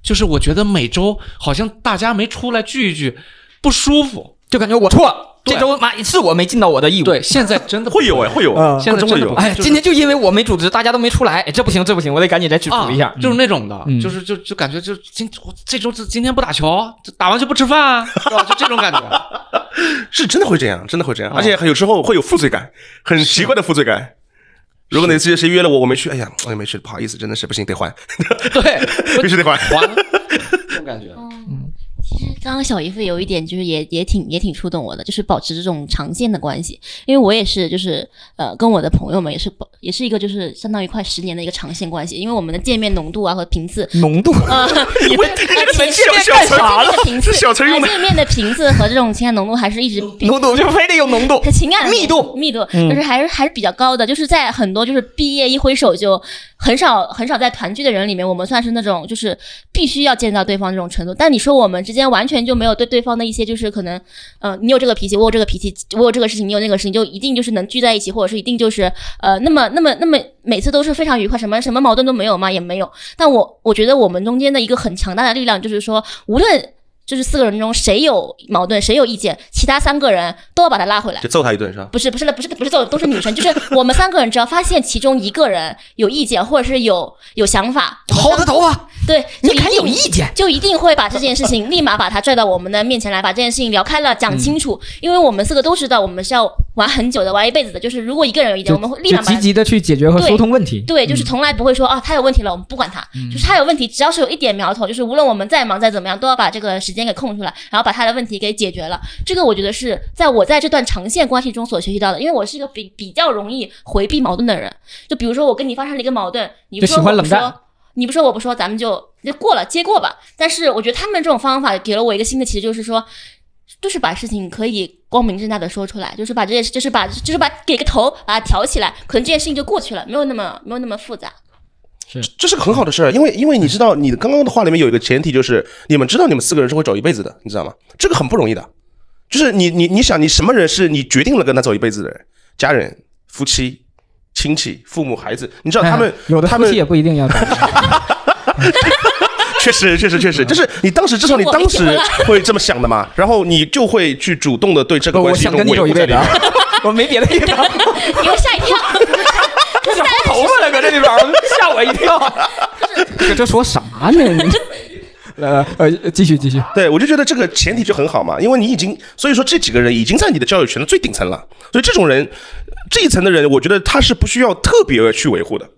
[SPEAKER 9] 就是我觉得每周好像大家没出来聚一聚不舒服。
[SPEAKER 2] 就感觉我错了，
[SPEAKER 9] 对
[SPEAKER 2] 这周妈是我没尽到我的义务。
[SPEAKER 9] 对，，现在真的
[SPEAKER 4] 会有哎，会有哎，
[SPEAKER 9] 现在
[SPEAKER 4] 真
[SPEAKER 9] 真
[SPEAKER 4] 会
[SPEAKER 9] 的
[SPEAKER 4] 有
[SPEAKER 9] 不。
[SPEAKER 2] 哎，
[SPEAKER 9] 就是
[SPEAKER 2] 今天就因为我没组织，大家都没出来，哎，这不行，这不行，我得赶紧再去
[SPEAKER 9] 啊
[SPEAKER 2] 组一下。
[SPEAKER 9] 就是那种的，
[SPEAKER 2] 嗯
[SPEAKER 9] 就是就就感觉就今我这周这今天不打球，这打完就不吃饭啊，是吧？就这种感觉。 *laughs*
[SPEAKER 4] 是真的会这样，真的会这
[SPEAKER 2] 哦
[SPEAKER 4] 样，而且有时候会有负罪感，很奇怪的负罪感。如果哪次谁约了我，我没去，哎呀，我也没去，不好意思，真的是不行，得还，
[SPEAKER 9] 对，我
[SPEAKER 4] 必须得还。
[SPEAKER 2] *laughs*
[SPEAKER 9] 还这种感觉。
[SPEAKER 3] 嗯，其实刚刚小姨夫有一点就是也也挺也挺触动我的，就是保持这种长线的关系，因为我也是就是呃跟我的朋友们也是保也是一个就是相当于快十年的一个长线关系，因为我们的见面浓度啊和频次
[SPEAKER 2] 浓度，
[SPEAKER 3] 啊，你们
[SPEAKER 2] 们
[SPEAKER 3] 见面
[SPEAKER 2] 小
[SPEAKER 3] 干
[SPEAKER 2] 啥
[SPEAKER 3] 了？频次，
[SPEAKER 4] 小陈用的
[SPEAKER 3] 见面的频次和这种情感浓度还是一直比
[SPEAKER 2] 浓度就非得有浓度。
[SPEAKER 3] 情感
[SPEAKER 2] 密度
[SPEAKER 3] 密度
[SPEAKER 2] 嗯
[SPEAKER 3] 就是还是还是比较高的，就是在很多就是毕业一挥手就很少很少在团聚的人里面，我们算是那种就是必须要见到对方这种程度。但你说我们之间完全就没有对对方的一些就是可能，嗯、你有这个脾气，我有这个脾气，我有这个事情，你有那个事情，就一定就是能聚在一起，或者是一定就是呃那么那么那么每次都是非常愉快，什么什么矛盾都没有吗？也没有。但我我觉得我们中间的一个很强大的力量就是说，无论。就是四个人中谁有矛盾，谁有意见，其他三个人都要把他拉回来
[SPEAKER 4] 就。揍他一顿是吧？
[SPEAKER 3] 不是不是了，不是不是都都是女生，就是我们三个人，只要发现其中一个人有意见或者是有有想法，
[SPEAKER 2] 薅他头发，
[SPEAKER 3] 对，
[SPEAKER 2] 你
[SPEAKER 3] 就一
[SPEAKER 2] 看有
[SPEAKER 3] 定
[SPEAKER 2] 意见。
[SPEAKER 3] 就一定会把这件事情立马把他拽到我们的面前来，把这件事情聊开了，讲清
[SPEAKER 2] 嗯
[SPEAKER 3] 楚，因为我们四个都知道我们是要玩很久的，玩一辈子的，就是如果一个人有意见，我们会立马把他。
[SPEAKER 2] 的去解决和
[SPEAKER 3] 对
[SPEAKER 2] 通问题
[SPEAKER 3] 对，就是从来不会说啊，他有问题了，我们不管他。就是他有问题，只要是有一点苗头，就是无论我们再忙再怎么样，都要把这个时间给空出来，然后把他的问题给解决了。这个我觉得是在我在这段长线关系中所学习到的，因为我是一个比比较容易回避矛盾的人。就比如说我跟你发生了一个矛盾，你不
[SPEAKER 2] 就
[SPEAKER 3] 说
[SPEAKER 2] 喜欢
[SPEAKER 3] 我不
[SPEAKER 2] 冷战
[SPEAKER 3] 说，你不说我不说，咱们就就过了，接过吧。但是我觉得他们这种方法给了我一个新的启示，就是说。就是把事情可以光明正大的说出来，就是把这件事，就是把就是把给个头，把它挑起来，可能这件事情就过去了，没有那么没有那么复杂。
[SPEAKER 4] 这是个很好的事儿，因为因为你知道，你刚刚的话里面有一个前提，就是你们知道你们四个人是会走一辈子的，你知道吗？这个很不容易的，就是你你你想，你什么人是你决定了跟他走一辈子的人？家人、夫妻、亲戚、父母、孩子，你知道他们、
[SPEAKER 2] 哎 *laughs* 有的
[SPEAKER 4] 他
[SPEAKER 2] 夫
[SPEAKER 4] 们
[SPEAKER 2] 妻也不一定要。 *laughs*
[SPEAKER 4] 确实，确实，确
[SPEAKER 2] 嗯
[SPEAKER 4] 实，就是你当时至少你当时会这么想的嘛，然后你就会去主动的对这个
[SPEAKER 2] 我
[SPEAKER 4] 关
[SPEAKER 2] 我
[SPEAKER 4] 系
[SPEAKER 2] 想
[SPEAKER 4] 有
[SPEAKER 2] 跟你
[SPEAKER 4] 维
[SPEAKER 2] 走
[SPEAKER 4] 护
[SPEAKER 2] 一辈
[SPEAKER 4] 在里
[SPEAKER 2] 子啊
[SPEAKER 4] 面。，
[SPEAKER 2] *laughs* 我没别的意思啊，
[SPEAKER 3] 给我吓一跳， *laughs*
[SPEAKER 2] 这是薅头发了，搁这里边儿吓我一跳。这这说啥呢？ *laughs* 呃呃，继续继续。
[SPEAKER 4] 对，我就觉得这个前提就很好嘛，因为你已经，所以说这几个人已经在你的交友圈的最顶层了，所以这种人，这一层的人，我觉得他是不需要特别去维护的。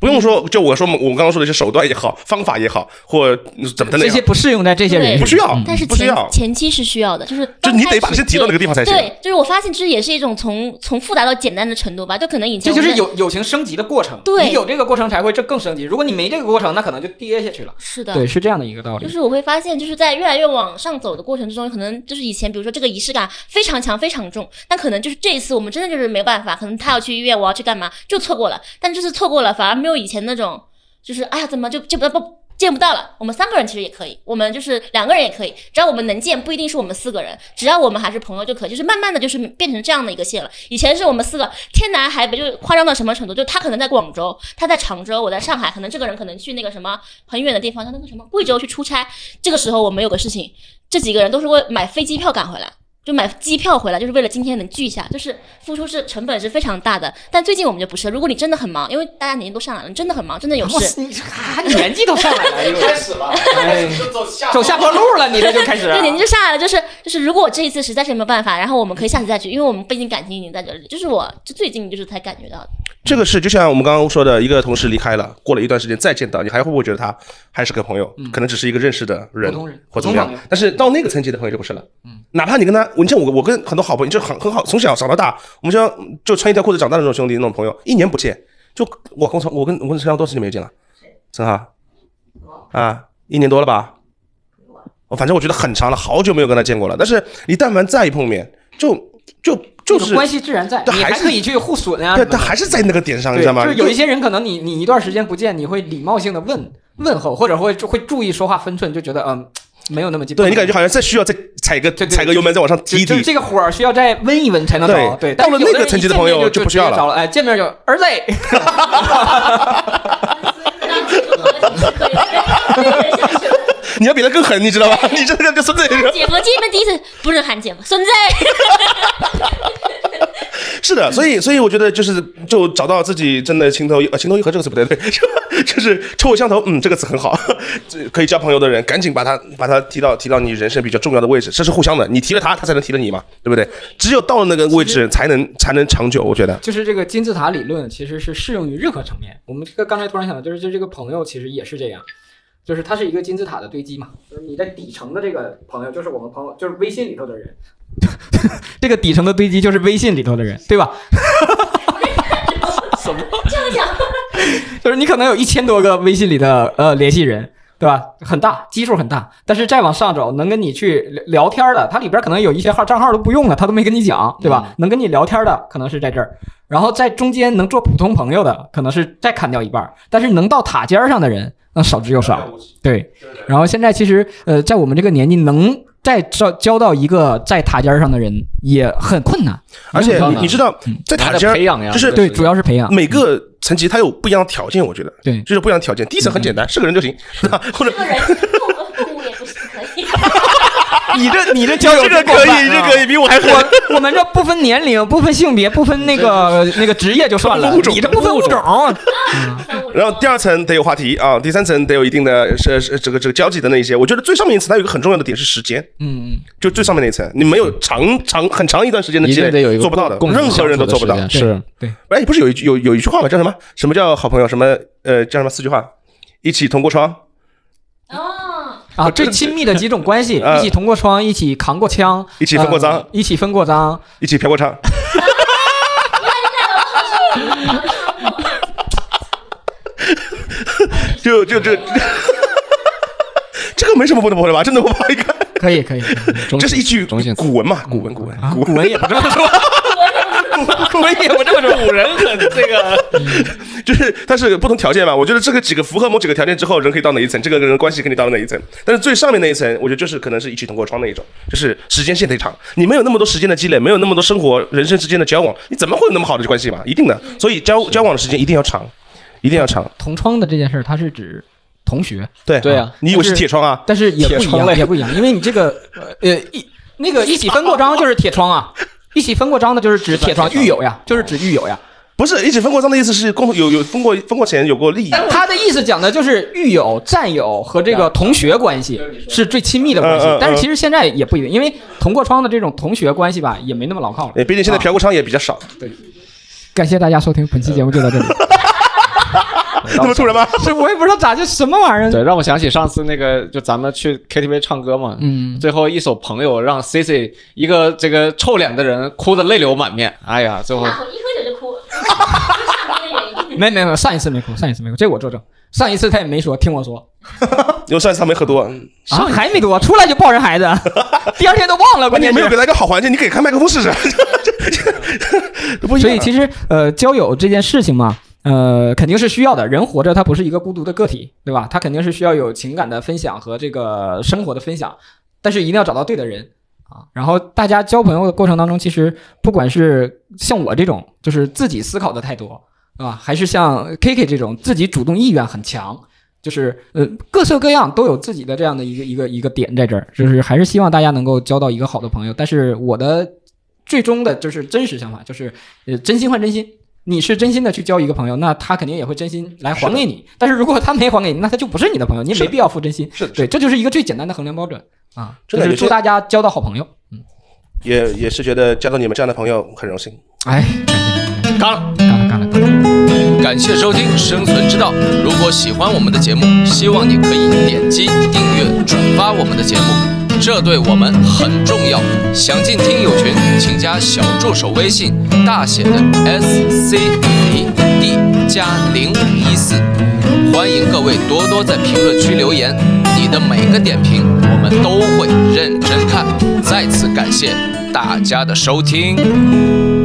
[SPEAKER 4] 不用
[SPEAKER 2] 嗯
[SPEAKER 4] 说，就我说我刚刚说的一些手段也好，方法也好，或怎么的那
[SPEAKER 2] 这些
[SPEAKER 4] 样，
[SPEAKER 2] 不适用在这些人
[SPEAKER 3] 对
[SPEAKER 4] 不
[SPEAKER 2] 身
[SPEAKER 4] 需
[SPEAKER 2] 上。
[SPEAKER 4] 要，
[SPEAKER 3] 但是
[SPEAKER 4] 不需
[SPEAKER 3] 前
[SPEAKER 4] 要，
[SPEAKER 3] 前期是需要的，就是
[SPEAKER 4] 就
[SPEAKER 3] 刚
[SPEAKER 4] 你
[SPEAKER 3] 开
[SPEAKER 4] 得把
[SPEAKER 3] 始
[SPEAKER 4] 先提到那个地方才行。
[SPEAKER 3] 对，就是我发现这也是一种从从复杂到简单的程度吧，就可能以前
[SPEAKER 2] 这就是
[SPEAKER 3] 我们
[SPEAKER 2] 友友情升级的过程，
[SPEAKER 3] 对
[SPEAKER 2] 你有这个过程才会这更升级。如果你没这个过程，那可能就跌下去了。
[SPEAKER 3] 是的，
[SPEAKER 2] 对，是这样的一个道理
[SPEAKER 3] 就。是我会发现，就是在越来越往上走的过程之中，可能就是以前，比如说这个仪式感非常强、非常重，但可能就是这一次我们真的就是没办法，可能他要去医院，我要去干嘛，就错过了。但这次错过了，反而没有以前那种，就是哎呀，怎么就见不到不见不到了？我们三个人其实也可以，我们就是两个人也可以，只要我们能见，不一定是我们四个人，只要我们还是朋友就可以。就是慢慢的就是变成这样的一个线了。以前是我们四个天南海北，就是夸张到什么程度？就他可能在广州，他在常州，我在上海，可能这个人可能去那个什么很远的地方，像那个什么贵州去出差，这个时候我们有个事情，这几个人都是为买飞机票赶回来，就买机票回来，就是为了今天能聚一下，就是付出是成本是非常大的。但最近我们就不是，如果你真的很忙，因为大家年纪都上来了，你真的很忙，真的有
[SPEAKER 2] 哇
[SPEAKER 3] 事，
[SPEAKER 2] 塞，你这还年纪都上来了，又开始了，走下坡路了，你这就开始啊
[SPEAKER 3] 对，年纪就上来了，就是就是，如果我这一次实在是没有办法，然后我们可以下次再去，因为我们毕竟感情已经在这里，就是我就最近就是才感觉到的，
[SPEAKER 4] 这个是就像我们刚刚说的，一个同事离开了，过了一段时间再见到，你还会不会觉得他还是个朋友？可能只是一个认识的
[SPEAKER 2] 嗯
[SPEAKER 4] 人
[SPEAKER 2] 普通人
[SPEAKER 4] 或怎
[SPEAKER 2] 普通
[SPEAKER 4] 么
[SPEAKER 2] 朋
[SPEAKER 4] 样
[SPEAKER 2] 友。嗯
[SPEAKER 4] 但是到那个层级的朋友就不是了。哪怕你跟他，我你像我，我跟很多好朋友，就很很好，从小长到大，我们像就穿一条裤子长大的那种兄弟，那种朋友，一年不见，就我跟我从我跟我跟陈浩多少年没见了？陈浩啊，一年多了吧？我反正我觉得很长了，好久没有跟他见过了。但是你但凡再一碰面，就就
[SPEAKER 2] 这
[SPEAKER 4] 就是
[SPEAKER 2] 个关系自然在，
[SPEAKER 4] 对
[SPEAKER 2] 你
[SPEAKER 4] 还
[SPEAKER 2] 还
[SPEAKER 4] 是
[SPEAKER 2] 可以去互损啊。
[SPEAKER 4] 对，
[SPEAKER 2] 什么的
[SPEAKER 4] 他还是在那个点上，你
[SPEAKER 2] 对，
[SPEAKER 4] 知道吗？
[SPEAKER 2] 就是有一些人可能你你一段时间不见，你会礼貌性的问问候，或者会会注意说话分寸，就觉得嗯没有那么近。
[SPEAKER 4] 对你感觉好像再需要再踩个
[SPEAKER 2] 对对
[SPEAKER 4] 踩个油门再往上
[SPEAKER 2] 就
[SPEAKER 4] 提一
[SPEAKER 2] 就是
[SPEAKER 4] 提，
[SPEAKER 2] 这个火儿需要再温一温才能
[SPEAKER 4] 对
[SPEAKER 2] 着。对，
[SPEAKER 4] 到
[SPEAKER 2] 但是
[SPEAKER 4] 了
[SPEAKER 2] 有
[SPEAKER 4] 那个
[SPEAKER 2] 人
[SPEAKER 4] 层级
[SPEAKER 2] 一
[SPEAKER 4] 的
[SPEAKER 2] 见
[SPEAKER 4] 朋
[SPEAKER 2] 面
[SPEAKER 4] 友
[SPEAKER 2] 就
[SPEAKER 4] 就不需要
[SPEAKER 2] 直接
[SPEAKER 4] 了
[SPEAKER 2] 着了。哎，见面就儿子，
[SPEAKER 4] 你要比他更狠，你知道吧？你 *laughs* 这个跟孙子一
[SPEAKER 2] *laughs*
[SPEAKER 4] 样
[SPEAKER 3] 姐夫这边第一次不是喊姐夫，孙子，
[SPEAKER 4] 是的，所以所以我觉得就是就找到自己真的情投意呃情投意合这个词不太对， *laughs* 就就是臭味相投，嗯，这个词很好， *laughs* 这可以交朋友的人，赶紧把他把他提到提到你人生比较重要的位置，这是互相的，你提了他，他才能提了你嘛，对不对？只有到了那个位置才能才能长久，我觉得。
[SPEAKER 2] *laughs* 就是这个金字塔理论其实是适用于任何层面。我们这个刚才突然想到，就是就这个朋友其实也是这样，就是它是一个金字塔的堆积嘛，就是你在底层的这个朋友，就是我们朋友，就是微信里头的人。 *laughs* 这个底层的堆积就是微信里头的人，对吧？什么？就是你可能有一千多个微信里的呃联系人，对吧？很大，基数很大。但是再往上走，能跟你去聊聊天的，它里边可能有一些号账号都不用了，他都没跟你讲，对
[SPEAKER 4] 嗯
[SPEAKER 2] 吧？能跟你聊天的可能是在这儿，然后在中间能做普通朋友的，可能是再砍掉一半儿，但是能到塔尖儿上的人，那少之又少。对，然后现在其实呃，在我们这个年纪，能再交交到一个在塔尖儿上的人也很困难。
[SPEAKER 4] 而且
[SPEAKER 5] 嗯
[SPEAKER 4] 你你知道，在塔
[SPEAKER 5] 还
[SPEAKER 4] 尖
[SPEAKER 5] 得
[SPEAKER 4] 儿
[SPEAKER 5] 培养呀，
[SPEAKER 4] 就是
[SPEAKER 2] 对，主要是培养。
[SPEAKER 4] 每个层级它有不一样的条件，我觉得
[SPEAKER 2] 对
[SPEAKER 4] 就是不一样的条件。第一
[SPEAKER 5] 嗯
[SPEAKER 4] 层很简单，是个人就行， *laughs* 或者
[SPEAKER 3] 这个人动物动物也不是可以，
[SPEAKER 2] 你这你这交友
[SPEAKER 4] 这个
[SPEAKER 2] 真广
[SPEAKER 4] 可
[SPEAKER 2] 泛
[SPEAKER 4] 以，这
[SPEAKER 2] 啊
[SPEAKER 4] 可以比我还狠。
[SPEAKER 2] 我我们这不分年龄、不分性别、不分那个那个职业就算了，
[SPEAKER 4] 物种
[SPEAKER 2] 你这不分物种，
[SPEAKER 4] 然后第二层得有话题啊，第三层得有一定的是是这个这个交际的那一些。我觉得最上面一层它有一个很重要的点是时间，
[SPEAKER 2] 嗯，嗯
[SPEAKER 4] 就最上面那一层，你没有长长很长一段时间的
[SPEAKER 5] 一
[SPEAKER 4] 积
[SPEAKER 5] 定得有一
[SPEAKER 4] 累，
[SPEAKER 5] 个
[SPEAKER 4] 做不
[SPEAKER 2] 嗯
[SPEAKER 4] 到的，
[SPEAKER 5] 共同
[SPEAKER 4] 任何人都做不到
[SPEAKER 5] 相。处的时间是
[SPEAKER 4] 哎，不是有一句有有一句话吗？叫什么？什么叫好朋友？什么呃叫什么四句话？一起同过窗，
[SPEAKER 3] 哦，
[SPEAKER 2] 啊，最亲密的几种关系，
[SPEAKER 4] 呃
[SPEAKER 2] 一起同过窗，一起扛过枪，
[SPEAKER 4] 一起分过赃
[SPEAKER 2] 呃一起分过赃，
[SPEAKER 4] 一起嫖过娼。 *laughs* 就就 *laughs* 这，这个没什么不能播的吧？真的不播一个，
[SPEAKER 2] 可以可以，可以
[SPEAKER 5] 中
[SPEAKER 4] 这是一句
[SPEAKER 5] 中性词
[SPEAKER 4] 古文嘛？古文古文
[SPEAKER 2] 啊
[SPEAKER 4] 古
[SPEAKER 2] 古
[SPEAKER 4] 文，
[SPEAKER 2] 文也不这么说，古文也不这么说，古人很这个，
[SPEAKER 4] *laughs* 就是它是不同条件嘛。我觉得这个几个符合某几个条件之后，人可以到哪一层，这个人关系跟你到了哪一层。但是最上面那一层，我觉得就是可能是一起同过窗那一种，就是时间线忒长，你没有那么多时间的积累，没有那么多生活人生之间的交往，你怎么会有那么好的关系嘛？一定的，所以交交往的时间一定要长，一定要长。
[SPEAKER 2] 同窗的这件事儿，它是指同学，
[SPEAKER 4] 对
[SPEAKER 5] 对啊
[SPEAKER 4] 你以为是铁窗啊？
[SPEAKER 2] 但是也不一
[SPEAKER 5] 铁窗
[SPEAKER 2] 样，
[SPEAKER 5] 类
[SPEAKER 2] 也不一样，因为你这个呃一那个一起分过章就是铁窗啊，一起分过章的就是指铁窗狱友呀，就是指狱友呀。
[SPEAKER 4] 不是，一起分过账的意思是共同有有分过分过钱，有过利益。
[SPEAKER 2] 他的意思讲的就是狱友、战友和这个同学关系是最亲密的关系
[SPEAKER 4] 嗯嗯嗯，
[SPEAKER 2] 但是其实现在也不一定，因为同过窗的这种同学关系吧，也没那么牢靠了。啊
[SPEAKER 4] 哎，毕竟现在嫖过娼也比较少。
[SPEAKER 2] 感谢大家收听本期节目，就到这里。
[SPEAKER 4] *laughs* 这么突然吗？
[SPEAKER 2] *laughs* 是我也不知道咋就什么玩意儿。
[SPEAKER 5] 对，让我想起上次那个，就咱们去 KTV 唱歌嘛，
[SPEAKER 2] 嗯，
[SPEAKER 5] 最后一首《朋友》让 C C 一个这个臭脸的人哭得泪流满面，哎呀，最后
[SPEAKER 3] 啊我一喝酒就 *laughs* 哭，上面的原因
[SPEAKER 2] 没没没，上一次没哭，上一次没哭，这我作证。上一次他也没说，听我说
[SPEAKER 4] 因为上一次他没喝多，嗯
[SPEAKER 2] 啊，还没多，出来就抱人
[SPEAKER 4] *laughs*
[SPEAKER 2] 孩子，第二天都忘了，
[SPEAKER 4] 那
[SPEAKER 2] 关
[SPEAKER 4] 你
[SPEAKER 2] 键
[SPEAKER 4] 没有
[SPEAKER 2] 是
[SPEAKER 4] 给。他一个好环境，你给开麦克风试试，这不一
[SPEAKER 2] 所
[SPEAKER 4] 样
[SPEAKER 2] 以其实呃，交友这件事情嘛，呃，肯定是需要的。人活着，他不是一个孤独的个体，对吧？他肯定是需要有情感的分享和这个生活的分享，但是一定要找到对的人啊。然后大家交朋友的过程当中，其实不管是像我这种就是自己思考的太多，啊，还是像 K K 这种自己主动意愿很强。就是呃，各色各样都有自己的这样的一个一个一个点在这儿，就是还是希望大家能够交到一个好的朋友。但是我的最终的就是真实想法，就是呃，真心换真心。你是真心的去交一个朋友，那他肯定也会真心来还给你。但是如果他没还给你，那他就不是你的朋友，你也
[SPEAKER 4] 是
[SPEAKER 2] 没
[SPEAKER 4] 的
[SPEAKER 2] 必要付真心。
[SPEAKER 4] 是的
[SPEAKER 2] 对，这就是一个最简单的衡量标准啊。
[SPEAKER 4] 真
[SPEAKER 2] 就
[SPEAKER 4] 的
[SPEAKER 2] 是
[SPEAKER 4] 有些
[SPEAKER 2] 祝大家交到好朋友。
[SPEAKER 4] 也也是觉得交到你们这样的朋友很荣幸。
[SPEAKER 2] 哎，
[SPEAKER 8] 干了。
[SPEAKER 2] 干了干了干了！
[SPEAKER 8] 感谢收听《生存之道》。如果喜欢我们的节目，希望你可以点击订阅、转发我们的节目，这对我们很重要。想进听友群，请加小助手微信，大写的 S C V D 加零五一四。欢迎各位多多在评论区留言，你的每个点评我们都会认真看。再次感谢大家的收听。